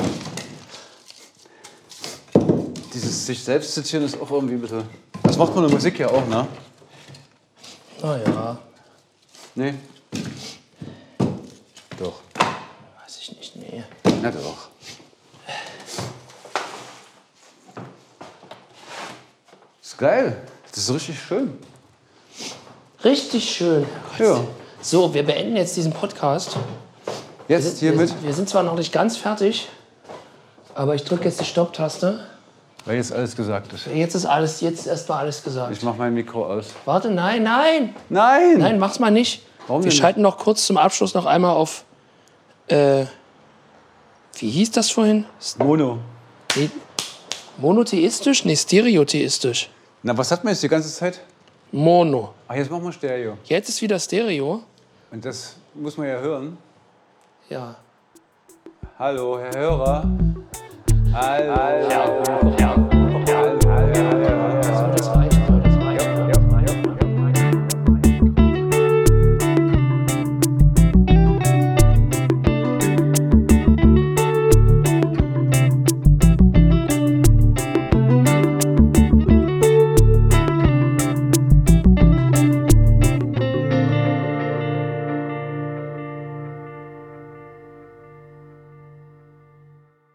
D: ich. Dieses sich selbst zitieren ist auch irgendwie ein bisschen. Das macht man in der Musik ja auch, ne?
C: Naja,
D: Nee. Doch.
C: weiß ich nicht. Nee.
D: Na doch. Ist geil. Das ist richtig schön.
C: Richtig schön.
D: Ja.
C: So, wir beenden jetzt diesen Podcast. Wir
D: Jetzt
C: sind, wir,
D: hiermit.
C: sind- wir sind zwar noch nicht ganz fertig, aber ich drücke jetzt die Stopptaste.
D: Weil jetzt alles gesagt ist.
C: Jetzt ist alles, jetzt erstmal alles gesagt.
D: Ich mach mein Mikro aus.
C: Warte, nein, nein!
D: Nein!
C: Nein, mach's mal nicht.
D: Warum
C: wir
D: denn
C: schalten noch kurz zum Abschluss noch einmal auf. Äh, wie hieß das vorhin?
D: Mono.
C: Nee, monotheistisch? Nee, stereotheistisch.
D: Na, was hat man jetzt die ganze Zeit?
C: Mono.
D: Ach, jetzt machen wir Stereo.
C: Jetzt ist wieder Stereo.
D: Und das muss man ja hören.
C: Ja.
D: Hallo, Herr Hörer. Hallo.
C: Ja.